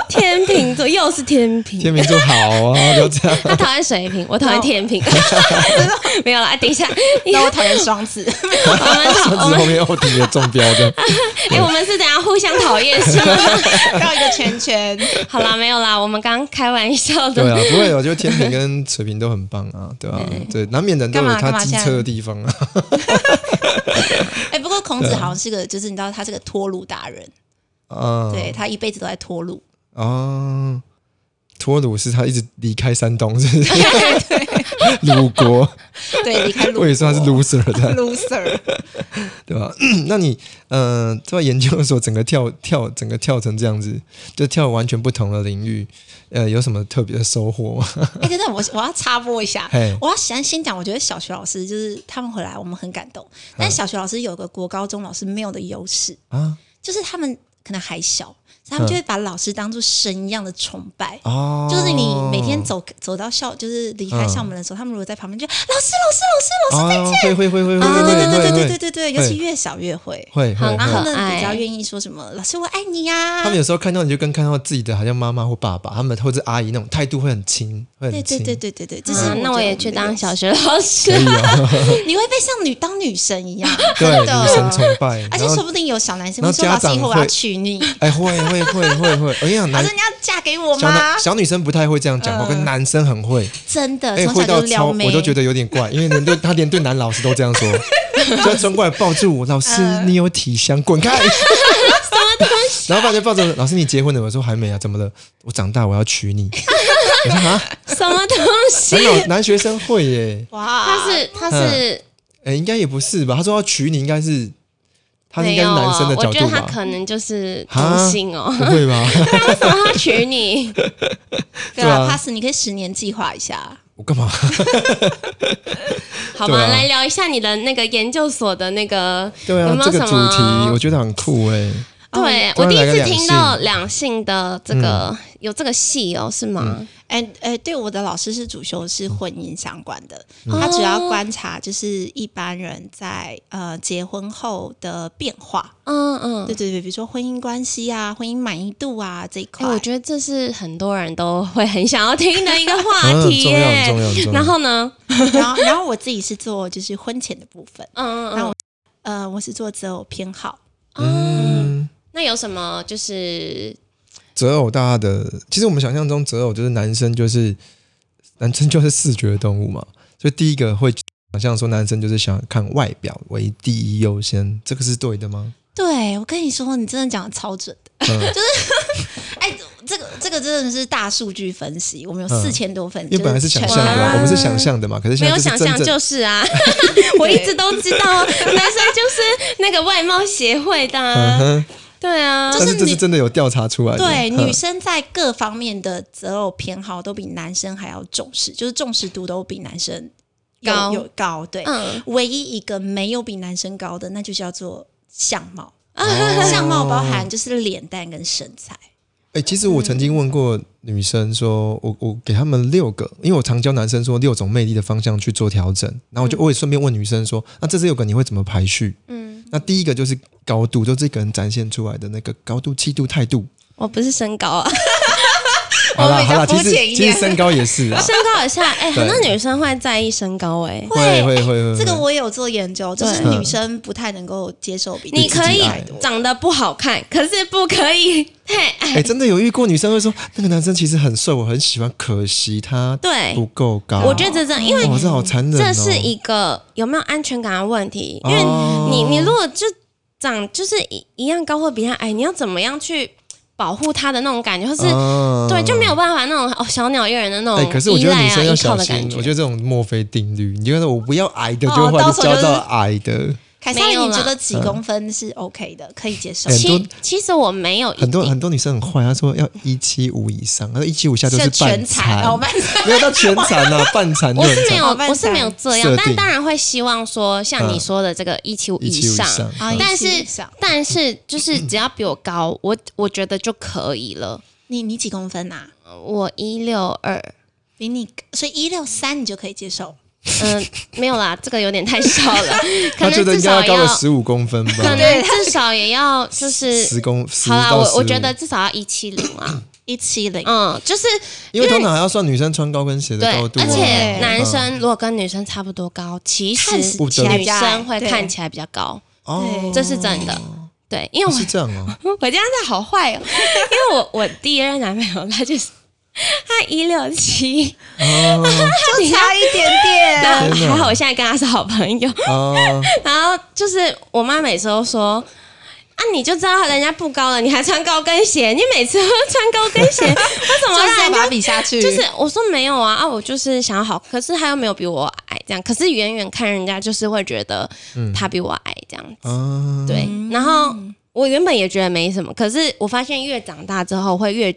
天秤座又是天秤，天秤座好啊，不要这样。他讨厌水瓶，我讨厌天秤，哦 [laughs] 没有啦，哎等 [laughs] 一下，那我讨厌双子，我们讨我这是们后面要提的中标的， [laughs] 哦哎，我们是怎样互相讨厌是吗？绕一个圈 [laughs] 圈。好啦，没有啦，我们刚刚开玩笑 [laughs] 对的。啊，不会有，就天平跟水瓶都很棒啊，对啊，对，难免人都有干嘛他干嘛机现在车的地方啊，哎、不过孔子好像是个，就是你知道他是个脱路达人，啊，对他一辈子都在脱路。 [laughs] 哦，托鲁是他一直离开山东，是不是？鲁国，对，离开鲁我也算是 loser 的， loser。对吧？那你嗯，在、研究所整个跳跳整个跳成这样子，就跳完全不同的领域，呃，有什么特别的收获吗？哎，等等，我我要插播一下嘿，我要先先讲，我觉得小学老师就是他们回来，我们很感动。嗯但小学老师有个国高中老师没有的优势，啊就是他们可能还小，所以他们就会把老师当做神一样的崇拜。嗯哦，就是你每天走走到校，就是离开校门的时候，他们如果在旁边就老师老师老师老师嗯哦，会会会会会啊，对对对对对会对会对对，尤其越小越会。会会，很然后他可们爱比较愿意说什么“老师我爱你啊呀、他们有时候看到你就跟看到自己的，好像妈妈或爸爸，他们或者阿姨那种态度会很亲，会对很对亲，对对对对，就是、啊，那我也去当，小学老师嗯可，以哦，你会被像女当女神一样， [laughs] 对，真的女神崇拜，而然且说后不定有小男生然会后说：“家老师长以后我要会娶你。哎，会会会会会，我跟你讲”老男师，你要嫁给我小吗男？小女生不太会这样嗯讲话，跟男生很会，真呃的，哎，从会小到就撩超，妹，我都觉得有点怪，因为连对他连对男老师都这样 [laughs] 说，就要冲过来抱住我，老师嗯你有体香，[laughs] 滚开！然后爸就抱着我老师，你结婚了？我说还没啊，怎么了？我长大我要娶你。我说啊，什么东西？男老男学生会耶？哇，他是他是哎，应该也不是吧？他说要娶你，应该是他应没该是有啊男生的我角觉得度他吧？可能就是啊同性哦， [laughs] 不会吧？ [laughs] 那为什么他娶 [laughs] 你？对对啊啊，pass，你可以十年计划一下。我干嘛？ [laughs] 好对吧，啊来聊一下你的那个研究所的那个对有啊，没这有个什主题么我？觉得很酷哎。哦对啊突我第然一来个次两性听到两性的这个有这个戏哦，是吗？哎哎，对，我的老师是主修是婚姻相关的，嗯他主要观察就是一般人在呃结婚后的变化，嗯嗯对，对对，比如说婚姻关系啊、婚姻满意度啊这一哎，块。我觉得这是很多人都会很想要听的一个话嗯，题重要很重耶。 [laughs] 要很重要。然后呢？然后然后我自己是做就是婚前的部分，嗯嗯那嗯我呃，我是做择偶偏好，哦。嗯。那有什么就是择偶大家的，其实我们想象中择偶就是男生就是男生就是视觉动物嘛，所以第一个会想象说男生就是想看外表为第一优先，这个是对的吗？对我跟你说，你真的讲的超准的。 [laughs] 嗯，哎，这个这个真的是大数据分析，我们有嗯四千多份，因为本来是想象的全嘛，哇我们是想象的嘛，可是现啊没在有想这是真象正就是 [laughs] 啊，我一直都知道啊，男生就是那个外貌协会的嗯啊，哼，对啊，就但是这是你真的有调查出来的，对，嗯女生在各方面的择偶偏好都比男生还要重视，就是重视度都比男生有高有高。对，嗯唯一一个没有比男生高的，那就叫做相貌。哦相貌包含就是脸蛋跟身材。哎、其实我曾经问过女生说，我我给他们六个，因为我常教男生说六种魅力的方向去做调整，然后我就我也顺便问女生说，那这六个你会怎么排序？嗯，那第一个就是高度，就这个人展现出来的那个高度、气度、态度。我不是身高啊，，好啦比较好啦，其肤实浅一其点实身高也是 [laughs] 啊身高以下，哎、对很多女生会在意身高、哎，会会会会，这个会我也有做研究，就是对女生不太能够接受嗯比你自己可以矮多长得不好看，可是不可以太哎、矮，真的有遇过女生会说那个男生其实很帅，我很喜欢，可惜他对不够高。我觉得这真因为哇，这好残哦忍、这哦，是一个有没有安全感的问题，因为哦你你如果就长就是一一样高或比他矮，你要怎么样去保护他的那种感觉，或是、啊对就没有办法那种哦小鸟依人的那哎、种可是我依觉得赖女啊生要依靠小的心感，我觉得这种墨菲定律，你觉得我不要矮的，哦就后来到就时候交就是到矮的，凯撒，没有你啦觉得几公分是 OK 的，可以接受？哎很其多其实我没有一很多定很多女生很坏，她说要一七五以上，她说一七五下就是是半全残，才哦，半 [laughs] 残没有到全残 [laughs] 啊，半残就我很是没残，有，好半我是没有这样设，定嗯但当然会希望说，像你说的这个一七五一以七五以上，哦上。嗯啊，但一七五是以上但是就是只要比我高，我我觉得就可以了。 [laughs] 你你几公分啊？我一六二，比你所以一六三你就可以接受。嗯，没有啦，这个有点太少 [laughs] 了，可她觉能得至应该要少高要了，十五公分可吧，能至少也要就是十公十好啦，到我我15觉得至少要一七零 [laughs] 啦，一七零，嗯，就是因为通常还要算女生穿高跟鞋的对高，度啊，而且对男生如果跟女生差不多高，其实看起不得不女生会对看起来比较高，哦，这是真的。对，因为我是这 [laughs] 样哦，我这样子好 [laughs] 坏哦，因为我我第一任男朋友他就是他一六七， [laughs] 哦就差一点点。但天哪还好我现在跟他是好朋友。哦，然后就是我妈每次都说啊，你就知道人家不高了，你还穿高跟鞋，你每次都穿高跟 [laughs] 鞋，为什么就是让要人把它家比下去，就是我说没有啊啊，我就是想要好，可是他又没有比我矮，这样，可是远远看人家就是会觉得他比我矮这样子，啊，对。嗯然后我原本也觉得没什么，可是我发现越长大之后会越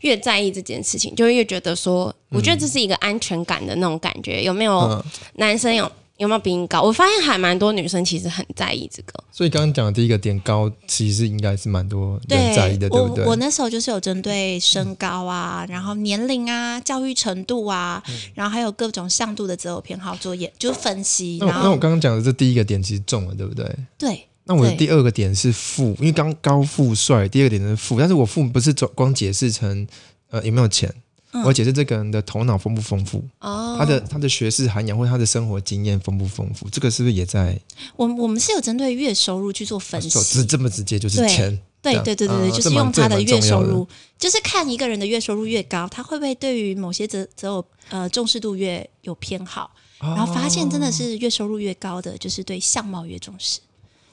越在意这件事情，就会越觉得说，我觉得这是一个安全感的那种感觉，有没有嗯，男生有有没有比你高？我发现还蛮多女生其实很在意这个，所以刚刚讲的第一个点高，其实应该是蛮多人在意的，对我不对？我那时候就是有针对身高啊，然后年龄啊、教育程度啊，嗯然后还有各种向度的择偶偏好做研，就是分析。那我然那我后刚刚讲的这第一个点其实中了，对不对？对那我的对第二个点是富，因为刚高富帅，第二个点是富，但是我富不是光光解释成呃有没有钱，嗯我解释这个人的头脑丰不丰富，哦他的他的学识涵养或他的生活经验丰不丰富，这个是不是也在我我们是有针对月收入去做分就只析。这么直接就是对钱？这对样对对对啊对，就是这蛮用他的这月蛮重收要的哦入，就是看一个人的月收入越高，他会不会对于某些择择偶呃重视度越有偏好，哦然后发现真的是月收入越高的，就是对相貌越重视，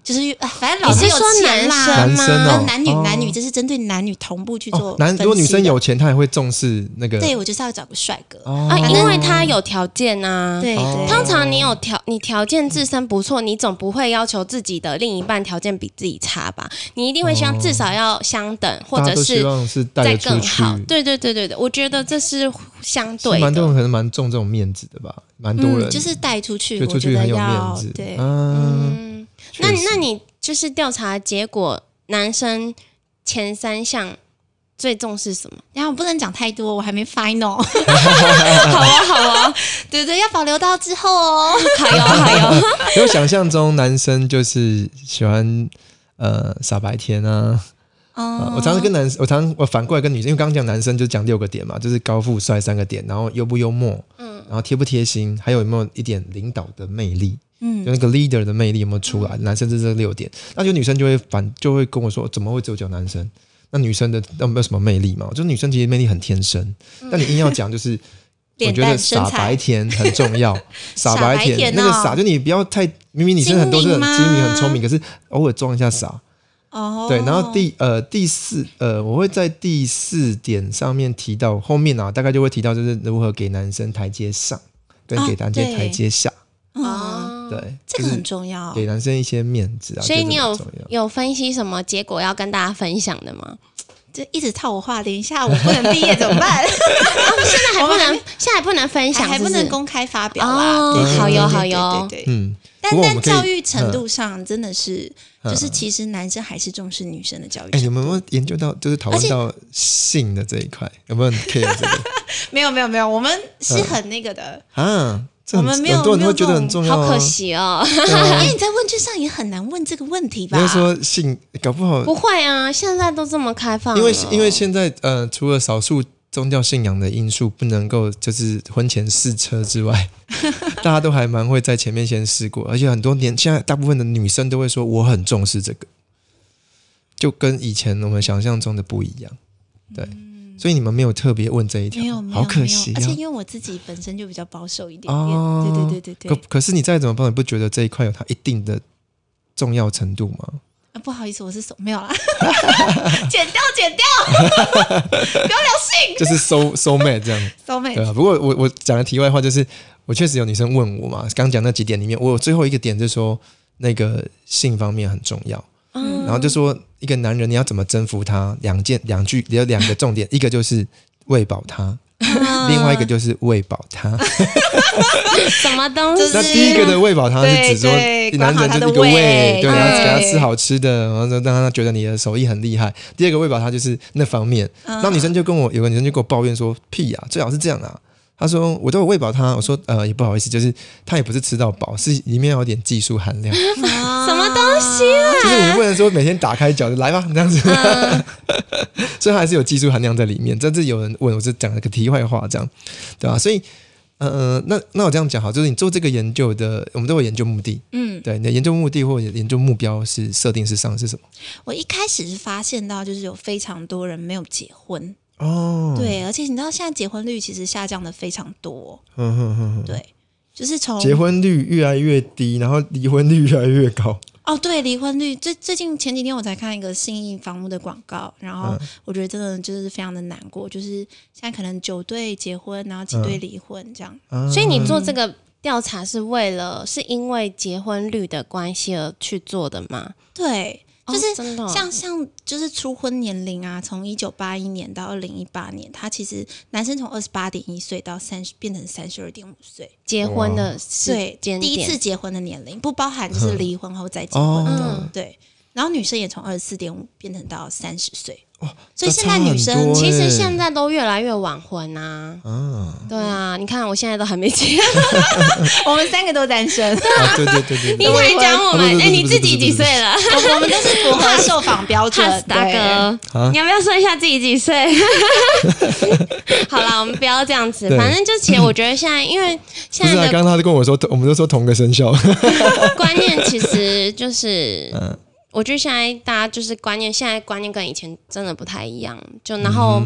就是越啊反正老你子是有说钱男啦，生男生吗？哦呃，男女哦男女，这是针对男女同步去做哦，男如果分女析的生有钱，她也会重视那个对我就是要找个帅哥，哦啊，因为他有条件啊，嗯对哦对，通常你有条，你条件自身不错，你总不会要求自己的另一半条件比自己差吧？你一定会希望至少要相等，或哦大家者都希是望是带再得出更去好。。对对对对对，我觉得这是相其实对蛮多的。人可能蛮重这种面子的吧，蛮多人、嗯，就是带出去，就我出觉去得很有要面子。对，嗯，嗯，确那实那你就是调查结果，男生前三项最重视什么？然后我不能讲太多，我还没 final。好啊，好啊，对对，要保留到之后哦。 [laughs] 还有还 [laughs] 有，因为想象中男生就是喜欢呃傻白甜啊。啊嗯，我常常跟男，我常我反过来跟女生，因为刚刚讲男生就讲六个点嘛，就是高富帅三个点，然后幽不幽默，嗯，然后贴不贴心，还有有没有一点领导的魅力，嗯，就那个 leader 的魅力有没有出来？男生是这六点，那就女生就会反就会跟我说，怎么会只有讲男生？那女生的那没有什么魅力嘛？就女生其实魅力很天生，但你硬要讲就是。我脸觉得蛋身傻材白甜很重 [laughs] 要，傻白傻白甜那个哦傻，就你不要太明明女生很多是很精明吗精明、很聪明，可是偶尔装一下傻，哦，对，然后第呃第四呃，我会在第四点上面提到后面啊，大概就会提到就是如何给男生台阶上，跟啊给男生对台阶下，啊，哦对，这就个是很重要给。男生一些面子啊，所以这你个很有重要有分析什么结果要跟大家分享的吗？这一直套我话，等一下我不能毕业怎么 [laughs] 办？现在还我不们还能，现在还不能分享，还是不是能公开发表哦啦。对对好哟对好对哟对对对。嗯，不但过我但们可以教育程嗯度上真的是，嗯就是其实男生还是重视女生的教育哎、程你度。们有没有研究到就是讨而论且到性的这一块，有没有很 care 这个没有没有没有，我们是很那个的。啊？这很我们没有很多人没会有觉得很重要、啊，好可。惜哦。因 [laughs] 哎为你在问卷上也很难问这个问题比吧？啊如哎说性，搞不好不会啊，现在都这么开放了，因为因为现在呃，除了少数宗教信仰的因素不能够就是婚前试车之 [laughs] 外，大家都还蛮会在前面先试过，而且很多年现在大部分的女生都会说我很重视这个，就跟以前我们想象中的不一样，对。所以你们没有特别问这一条，嗯没有没有好可没有惜、啊。而且因为我自己本身就比较保守一点点，哦对对对对对可。可是你再怎么帮，你不觉得这一块有它一定的重要程度吗？啊，不好意思，我是手没 [laughs] 有啦，剪掉剪 [laughs] 掉，不要聊性，就是收收妹这样。骚妹对啊，不过我我讲的题外话就是，我确实有女生问我嘛，刚讲那几点里面，我有最后一个点就是说，那个性方面很重要，嗯然后就说一个男人你要怎么征服他，两件两句有两个重点，一个就是喂饱他，另外一个就是喂饱他。什么东就西是？那第一个的喂饱他是指说对对男人就是一个管好他的胃嗯对，然后对给他吃好吃的，然后让他觉得你的手艺很厉害。第二个喂饱他就是那方面，嗯那女生就跟我有个女生就跟我抱怨说：“屁呀、最好是这样啊。”她说：“我都有喂饱他。”我说：“呃，也不好意思，就是他也不是吃到饱，是里面有点技术含 [laughs] 量。什么东西啊？就是你不能说每天打开脚就来吧，这 [laughs] 样子，嗯所以它还是有技术含量在里面。这是有人问，我是讲了个题外话，这样对吧、所以，呃，那那我这样讲好，就是你做这个研究的，我们都有研究目的，嗯，对，你的研究目的或者研究目标是设定是上是什么？我一开始是发现到就是有非常多人没有结婚，哦，对，而且你知道现在结婚率其实下降的非常多，嗯哼哼哼，对，就是从哦结婚率越来越低，然后离婚率越来越高，哦，对，离婚率最最近前几天我才看一个信义房屋的广告，然后嗯我觉得真的就是非常的难过，就是现在可能九对结婚，然后几嗯对离婚这样。啊所以你做这个调查是为了是因为结婚率的关系而去做的吗？对，就是哦真的哦像像就是初婚年龄啊，从一九八一年到二零一八年，他其实男生从二十八点一岁到三十变成三十二点五岁，结婚的时对，间第一点次结婚的年龄，不包含嗯就是离婚后再结婚的，哦，对。然后女生也从二十四点五变成到三十岁，哇所以现在女这生差很多其欸实现在都越来越晚婚啊，啊，对啊，你看我现在都还没结， [laughs] [laughs] 我们三个都单身，啊对对对对 [laughs] 你对，还讲我们不不不不不不哎，你自不己不几岁了？ [laughs] 我们都是符合受访标准哈。斯大对，哥对啊，你要不要说一下自己几岁？ [laughs] 好啦，我们不要这样子，对反正就其实我觉得现在，因为现不是啊，在刚的刚他就跟我说，我们都说同个生肖， [laughs] 观念其实就是嗯，我觉得现在大家就是观念，现在观念跟以前真的不太一样，就然后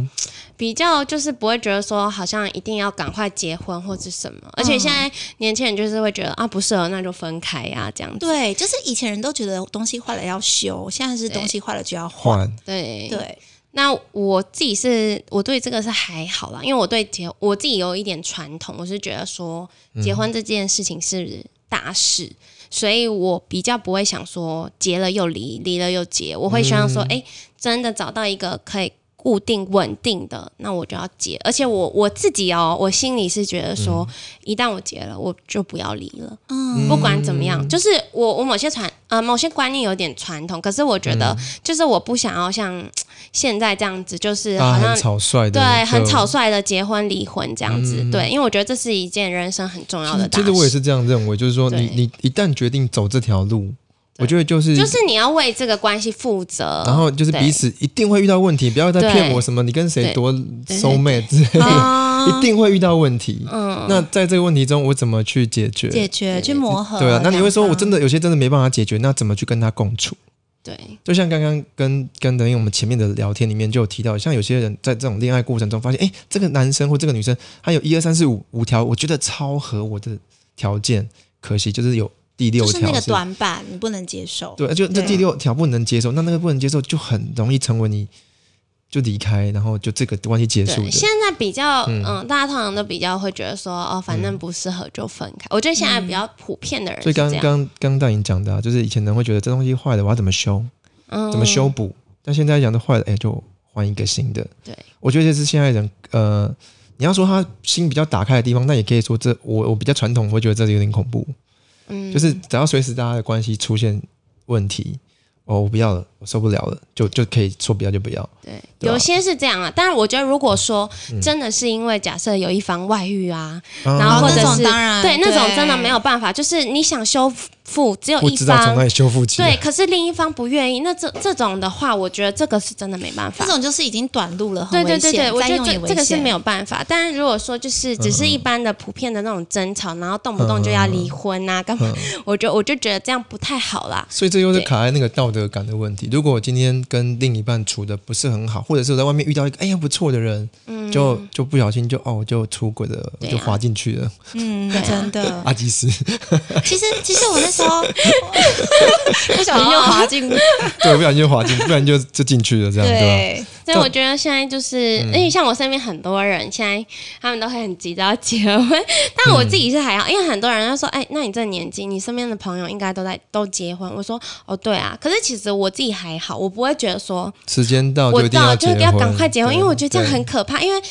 比较就是不会觉得说好像一定要赶快结婚或是什么，而且现在年轻人就是会觉得啊不适合那就分开呀、这样子，对，就是以前人都觉得东西坏了要修，现在是东西坏了就要换。换对对，那我自己是我对这个是还好啦，因为我对结我自己有一点传统，我是觉得说结婚这件事情是大事，所以我比较不会想说结了又离，离了又结，我会希望说，哎、真的找到一个可以固定稳定的，那我就要结。而且我我自己哦，我心里是觉得说，一旦我结了，我就不要离了。嗯，不管怎么样，就是我我某些传呃某些观念有点传统，可是我觉得嗯就是我不想要像现在这样子，就是啊，好像、很草率的，对很就嗯草。率的结婚离婚这样子，对，因为我觉得这是一件人生很重要的大其事，实我也是这样认为，就是说你对你一旦决定走这条路，我觉得就是啊就是你要为这个关系负责，然后就是对彼此一定会遇到问题，不要再骗我什么你跟谁多收妹之类的，啊一定会遇到问题。嗯，那在这个问题中，我怎么去解决？解决去磨合。对啊，那你会说我真的的有些真的没办法解决，那怎么去跟他共处？对就像刚刚跟跟等于我们前面的聊天里面就有提到，像有些人在这种恋爱过程中发现，哎，这个男生或这个女生，他有一二三四五五条，我觉得超合我的条件，可惜就是有第六就是条那个是短板，你不能接哦受。对，就这啊对第六条不能接受，那那个不能接受就很容易成为你就离开，然后就这个关系结束对，的现。在比较嗯、大家通常都比较会觉得说哦，反嗯正不适合就分开，我觉得现在比较普遍的人所是以这刚样，刚刚大颖讲的、啊，就是以前人会觉得这东西坏了，我要怎么修，嗯怎么修补？但现在讲的坏了，哎，就换一个新的。对，我觉得这是现在人呃，你要说他心比较打开的地方，那也可以说这我我比较传统，我会觉得这有点恐怖，嗯就是只要随时大家的关系出现问题，哦，我不要了，我受不了了，就就可以说不要就不要。对，对啊嗯有些是这样啊，但是我觉得，如果说真的是因为假设有一方外遇啊，然啊后或者那种是当然对那种对真的没有办法，就是你想修复，只有不一知道从哪方里修复起啊来。对，可是另一方不愿意，那这这种的话，我觉得这个是真的没办这法。种就是已经短路了，很对对危对险对，我再觉得用也这危这个是险没有办法。但是如果说就是只是一般的普遍的那种争吵，然后动不动就要离婚啊，干嘛？嗯我觉得我就觉得这样不太好啦。所以这又是对卡在那个道德感的问题。如果我今天跟另一半处的不是很好，或者是我在外面遇到一个哎呀不错的人，就就不小心就哦我就出轨了，我嗯对啊就滑进去了。嗯，真的。阿基斯， [laughs] [laughs] 其实其实我那时候不小心就滑进，对，不小心就滑进，不然就就进去了，这嗯样 [laughs] 对吧？啊对，所以我觉得现在就是，因为像我身边很多人，现在他们都会很急着要结婚，但嗯我自己是还好，因为很多人他说，哎、那你这个年纪，你身边的朋友应该都在都结婚。我说，哦，对啊，可是其实我自己还好，我不会觉得说，时间到我哦就一知定道结就婚，要赶快结婚，对因为我觉得这样很可怕，因为。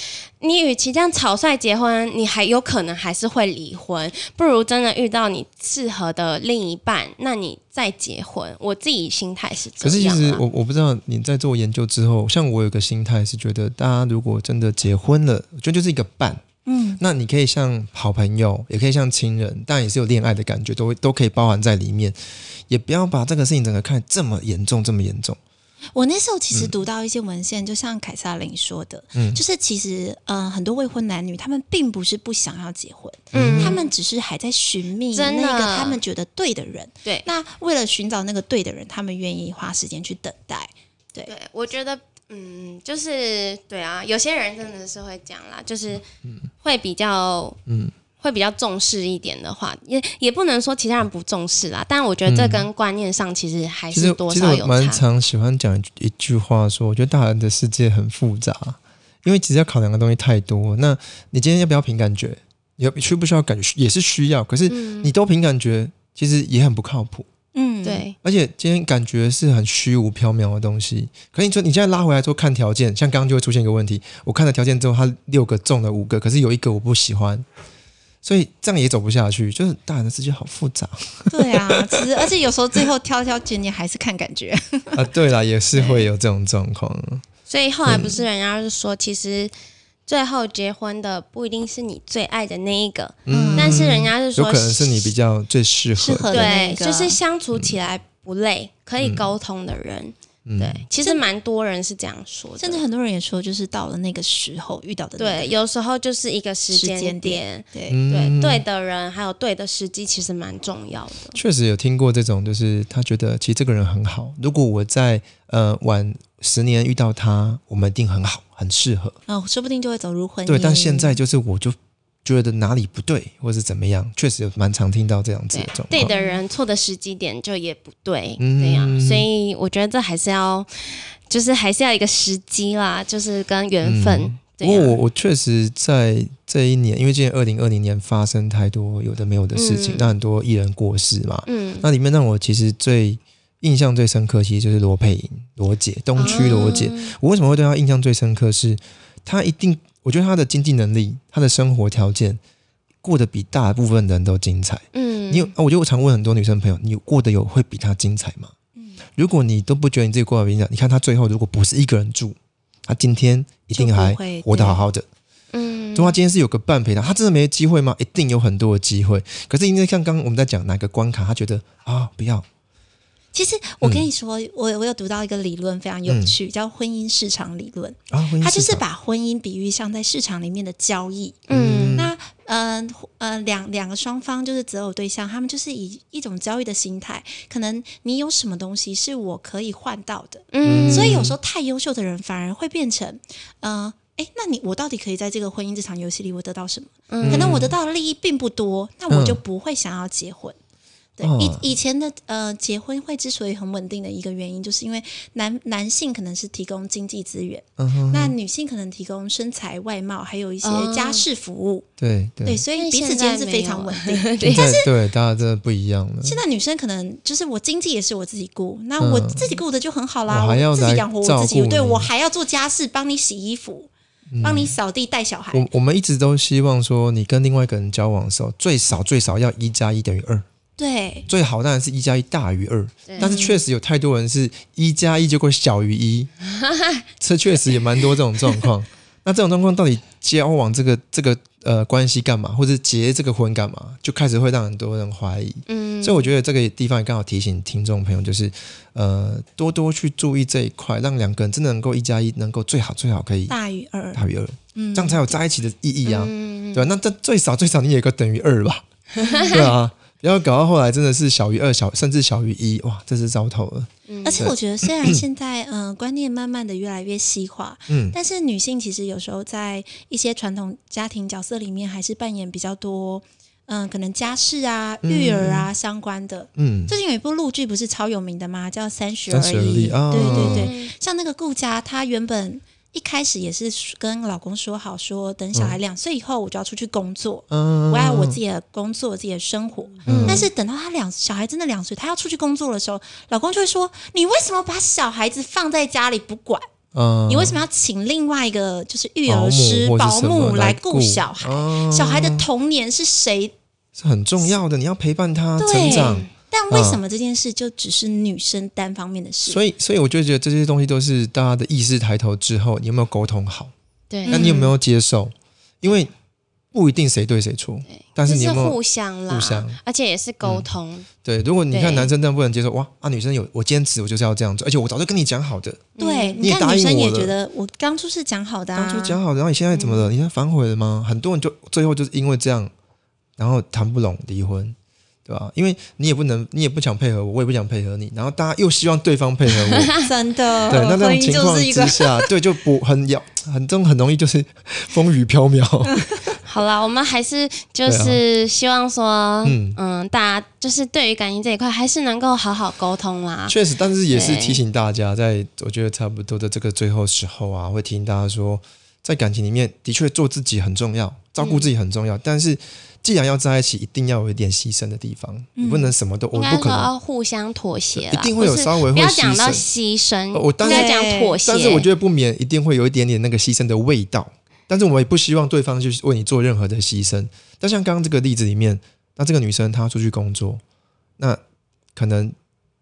你与其这样草率结婚，你还有可能还是会离婚，不如真的遇到你适合的另一半，那你再结婚。我自己心态是这可是其样啊、实我我不知道你在做研究之后，像我有个心态是觉得，大家如果真的结婚了，我觉得就是一个伴。嗯，那你可以像好朋友，也可以像亲人，但也是有恋爱的感觉，都会都可以包含在里面。也不要把这个事情整个看得这么严重，这么严重。我那时候其实读到一些文献，就像凯撒琳说的，嗯就是其实呃，很多未婚男女他们并不是不想要结婚，嗯他们只是还在寻觅真的那个他们觉得对的人。对那为了寻找那个对的人，他们愿意花时间去等待。对，我觉得，嗯，就是对啊，有些人真的是会这样啦，就是会比较，嗯，会比较重视一点的话，也也不能说其他人不重视啦，但我觉得这跟观念上其实还嗯其哎是实多其实少我有蛮差。常喜欢讲一句一句话说，我觉得大人的世界很复杂，因为其实要考量的东西太多。那你今天要不要凭感觉？你要需不需要感觉？也是需要，可是嗯你都凭感觉，其实也很不靠谱。嗯，对，而且今天感觉是很虚无缥缈的东西。可是你说你现在拉回来之后看条件，像刚刚就会出现一个问题，我看了条件之后，他六个中了五个，可是有一个我不喜欢，所以这样也走不下去。就是大人的世界好复杂对啊，其实而且有时候最后挑挑拣拣还是看 [laughs] 感觉，啊。对啦，也是会有这种状况。所以后来不是人家就说，其实最后结婚的不一定是你最爱的那一个，嗯，但是人家是有说可能是你比较最适适合合的。的那对，一个，就是相处起来不累，可以沟通的人。嗯对，其实蛮多人是这样说的，甚至很多人也说，就是到了那个时候遇到的那对，个有时候就是一个时时间间点，点，对，对嗯对的人还有对的时机，其实蛮重要的。确实有听过这种，就是他觉得其实这个人很好，如果我在呃晚十年遇到他，我们一定很好，很适合。哦，说不定就会走入婚姻。对，嗯但现在就是我就觉得哪里不对，或是怎么样，确实蛮常听到这样子的状况。对啊的人错的时机点就也不对，嗯对呀、啊所以我觉得这还是要，就是还是要一个时机啦，就是跟缘分。嗯对啊不过呀、我我确实在这一年，因为今年二零二零年发生太多有的没有的事情，嗯那很多艺人过世嘛，嗯，那里面让我其实最印象最深刻，其实就是罗佩莹罗姐，东区罗姐。嗯我为什么会对她印象最深刻是？她一定，我觉得她的经济能力，她的生活条件过得比大部分人都精彩。嗯，你有，啊我觉得我常问很多女生朋友，你有过得有会比她精彩吗？嗯如果你都不觉得你自己过得比她精彩，你看她最后如果不是一个人住，她今天一定就不还会活得对好好的。嗯如果他今天是有个伴陪他，他真的没机会吗？一定有很多的机会。可是因为像刚刚我们在讲哪个关卡，他觉得啊不要，其实嗯我跟你说，我我有读到一个理论非常有趣，叫婚姻市场理论。啊，嗯婚姻它就市是场把婚姻比喻像在市场里面的交易。嗯那嗯呃两两个双方就是择偶对象，他们就是以一种交易的心态，可能你有什么东西是我可以换到的，嗯所以有时候太优秀的人反而会变成嗯。呃哎，那你我到底可以在这个婚姻这场游戏里我得到什么？嗯可能我得到的利益并不多，那我就嗯不会想要结婚。对，哦嗯以以前的呃结婚会之所以很稳定的一个原因，就是因为男男性可能是提供经济资源，嗯哼那女性可能提供身材、外貌，还有一些哦家事服务，对对，对，所以但彼此现在间是没非有常稳对定。现在对大家真的不一样了。现在女生可能就是我经济也是我自己顾，那我嗯自己顾的就很好啦，我还要我自来己养活照我自己，顾对你嗯我还要做家事，帮你洗衣服，帮你扫地、带小孩。我我们一直都希望说，你跟另外一个人交往的时候，最少最少要一加一等于二，对，最好当然是一加一大于二。对但是确实有太多人是一加一结果小于一，这确实也蛮多这种状 [laughs] 况。那这种状况到底交往这个这个呃关系干嘛，或者结这个婚干嘛，就开始会让很多人怀疑。嗯所以我觉得这个地方也刚好提醒听众朋友，就是呃多多去注意这一块，让两个人真的能够一加一能够最好最好可以大于二，大于二，嗯这样才有在一起的意义啊。嗯对吧、那这最少最少你也有个等于二吧？对啊，不要搞到后来真的是小于二，小甚至小于一，哇，这是糟透了。而且我觉 [clears throat] 得，虽然现在嗯、呃观念慢慢的越来越西化，嗯但是女性其实有时候在一些传统家庭角色里面，还是扮演比较多嗯、可能家事啊、育儿啊、相关的。嗯，最近有一部陆剧不是超有名的吗？叫《三十而三十而已》。立啊对对对，对，像那个顾佳，她原本一开始也是跟老公说好说，等小孩两岁以后我就要出去工作，嗯我要有我自己的工作、我自己的生活。嗯但是等到他两小孩真的两岁，他要出去工作的时候，老公就会说：“你为什么把小孩子放在家里不管？嗯你为什么要请另外一个就是育保儿姆师、或是保什么姆来顾小孩？哦小孩的童年是谁？是很重要的，你要陪伴他对成长。但为什么这件事就只是女生单方面的事？所以，所以我就觉得这些东西都是大家的意识抬头之后，你有没有沟通好？对，那你有没有接受？因为不一定谁对谁错，但是这你是有没有互相啦，互相嗯而且也是沟通，对？如果你对看男生但不能接受，哇啊，女生有我坚持，我就是要这样做，而且我早就跟你讲好的，对，嗯你你也看答女应生我也了觉得我当嗯初是讲好的啊，当初讲好的，然后你现在怎么了？你现在反悔了吗？很多人就最后就是因为这样，然后谈不拢离婚，对吧？因为你也不能，你也不想配合我，我也不想配合你，然后大家又希望对方配合我， [laughs] [laughs] 真的，对，那这婚种姻情就况是一 [laughs] 个之下，对，就不很要很这种很容易就是风雨飘渺，好了，我们还是就是希望说，啊嗯嗯大家就是对于感情这一块，还是能够好好沟通啦。确实，但是也是啊对提醒大家，在我觉得差不多的这个最后时候啊，会提醒大家说，在感情里面的确做自己很重要，照顾自己很嗯重要，但是既然要在一起，一定要有一点牺牲的地方，你不能什么都，我嗯应该不可说能，要互相妥协一啦，定会有不是稍微不会要牺讲到牲，牺牲，呃我当应然该讲妥协。但是我觉得不免一定会有一点点那个牺牲的味道，但是我也不希望对方去为你做任何的牺牲。但像刚刚这个例子里面，那这个女生她出去工作，那可能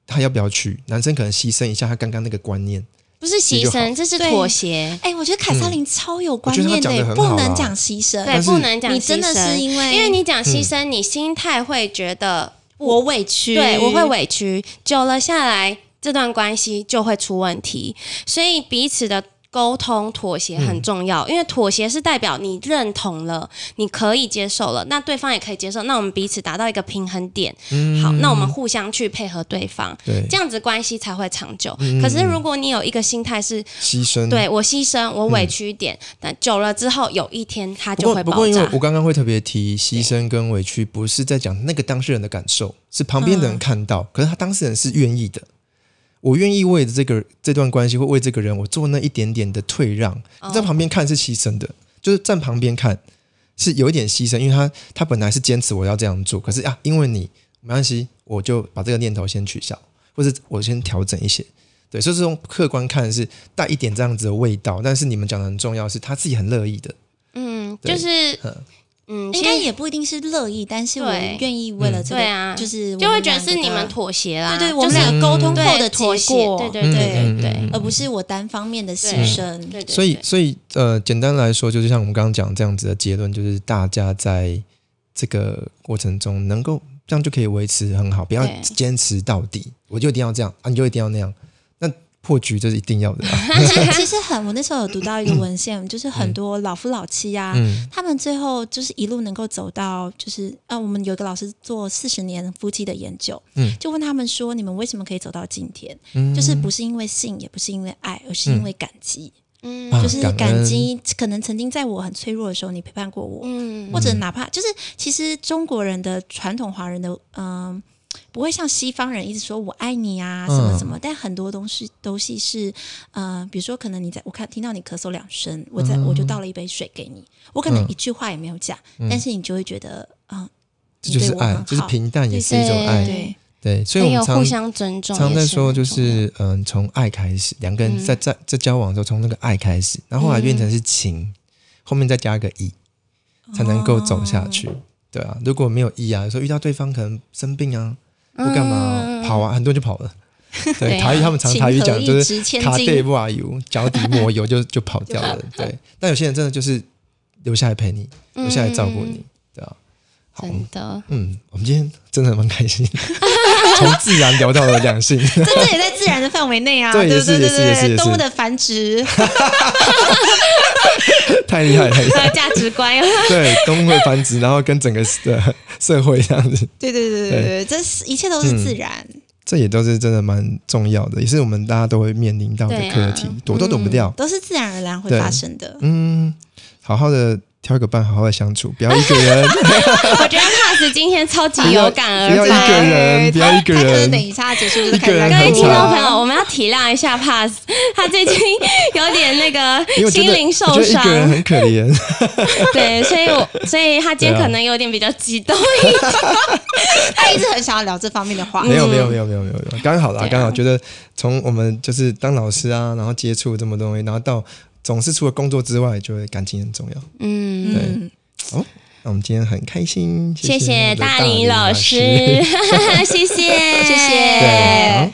她要不要去？男生可能牺牲一下他刚刚那个观念。不是牺牲，这是对妥协，哎、我觉得凯撒琳超有观嗯我念觉的、得她讲得很好不啊能讲牺牲。对，但是不能讲你牺真的牲是嗯因为因为你讲牺牲，你心态会觉得我委屈，对我会委屈，久了下来，这段关系就会出问题。所以彼此的沟通妥协很重嗯要，因为妥协是代表你认同了，你可以接受了，那对方也可以接受，那我们彼此达到一个平衡点。嗯好，那我们互相去配合对方，对这样子关系才会长久。嗯可是如果你有一个心态是，牺牲。，对我牺牲，我委屈一点，但久了之后，有一天它不就过会嗯不过，爆因为炸我。刚刚会特别提牺牲跟委屈，不是在讲那个当事人的感受，是旁边的人看嗯到，可是他当事人是愿意的。我愿意为这个这段关系，或为这个人，我做那一点点的退让。哦你在旁边看是牺牲的，就是站旁边看是有一点牺牲，因为他他本来是坚持我要这样做，可是啊，因为你没关系，我就把这个念头先取消，或者我先调整一些。对，所以这种客观看是带一点这样子的味道，但是你们讲的很重要，是他自己很乐意的。嗯，对就是嗯嗯，应其该实也不一定是乐意，但是我对愿意为嗯了这个，对啊就是就我会们觉得两是个你们的妥协啦，对对，我就们是嗯俩沟通后对的妥结协果，对对对嗯嗯对嗯对而不是我单方面的牺牲。对对，所以，所以呃，简单来说，就是像我们刚刚讲这样子的结论，就是大家在这个过程中能够这样就可以维持很好，不要对坚持到底，我就一定要这样啊，你就一定要那样，那破局这是一定要 [laughs] 的、啊。而且 [laughs] 其实很，我那时候有读到一个文献，就是很多老夫老妻啊，嗯他们最后就是一路能够走到，就是啊，我们有一个老师做四十年夫妻的研究，嗯就问他们说，你们为什么可以走到今天？嗯就是不是因为性，也不是因为爱，而是因为感激，嗯啊就是感感激，可能曾经在我很脆弱的时候，你陪伴过我，嗯或者哪怕就是，其实中国人的传统华人的，嗯、不会像西方人一直说我爱你啊，什嗯么什么，但很多东西东西是，呃，比如说可能你在我看听到你咳嗽两声，我在、我就倒了一杯水给你，我可能嗯一句话也没有讲，但是你就会觉得，嗯、这你就对是我很爱好，就是平淡也是一种对爱。对，对，所以还我有们互常相尊重，常在说，就也很重要是嗯，从爱开始，两个人嗯在在在交往的时候，从那个爱开始，然后后来变成是情，后面再加一个义，才能够走下去。对啊，如果没有义啊，有时候遇到对方可能生病啊，不干嘛啊、跑啊，很多人就跑了。对，嗯对啊台语他们常情台语何讲以就是值千卡金对不啊油，脚底抹油就就跑掉了。对，但有些人真的就是留下来陪你，留下来照顾你，对啊。好，嗯真 [laughs] 的。嗯，我们今天真的蛮开心，从自然聊到了两性。这这也在自然的范围内啊， [laughs] 对对也对是对也是也对是也对，是动物的繁殖太厉害了，太厉 [laughs] 害！还有价值观，对，动物会繁殖，然后跟整个呃社会这样子， [laughs] 对对对对对对，这是一切都是嗯自然。这也都是真的蛮重要的，也是我们大家都会面临到的对啊课题，躲都躲不掉。都是自然而然会对发生的。嗯，好好的挑一个伴，好好的相处，不要一个 [laughs] 人，我觉得 Pass 今天超级不 [laughs] 要有不感要而一发。个人，不要一个他可能等人。一下结束就是开一个始人各位很听众惨朋友，我们要体谅一下 Pass，他最 [laughs] 近有点那个因为我觉心得，灵受我觉得一伤个，人很可怜，对，所以我所以他今天对啊可能有点比较激动， [laughs] 他一直很想要聊这方面的话。没有没有没有没有没有，没有刚好啦，嗯对啊刚好觉得从我们就是当老师啊，然后接触这么多东西，然后到总是除了工作之外，就会感情很重要。嗯。对，好，那我们今天很开心，谢谢谢大大林老师，师， [laughs] 谢谢，谢谢谢 [laughs] 对，好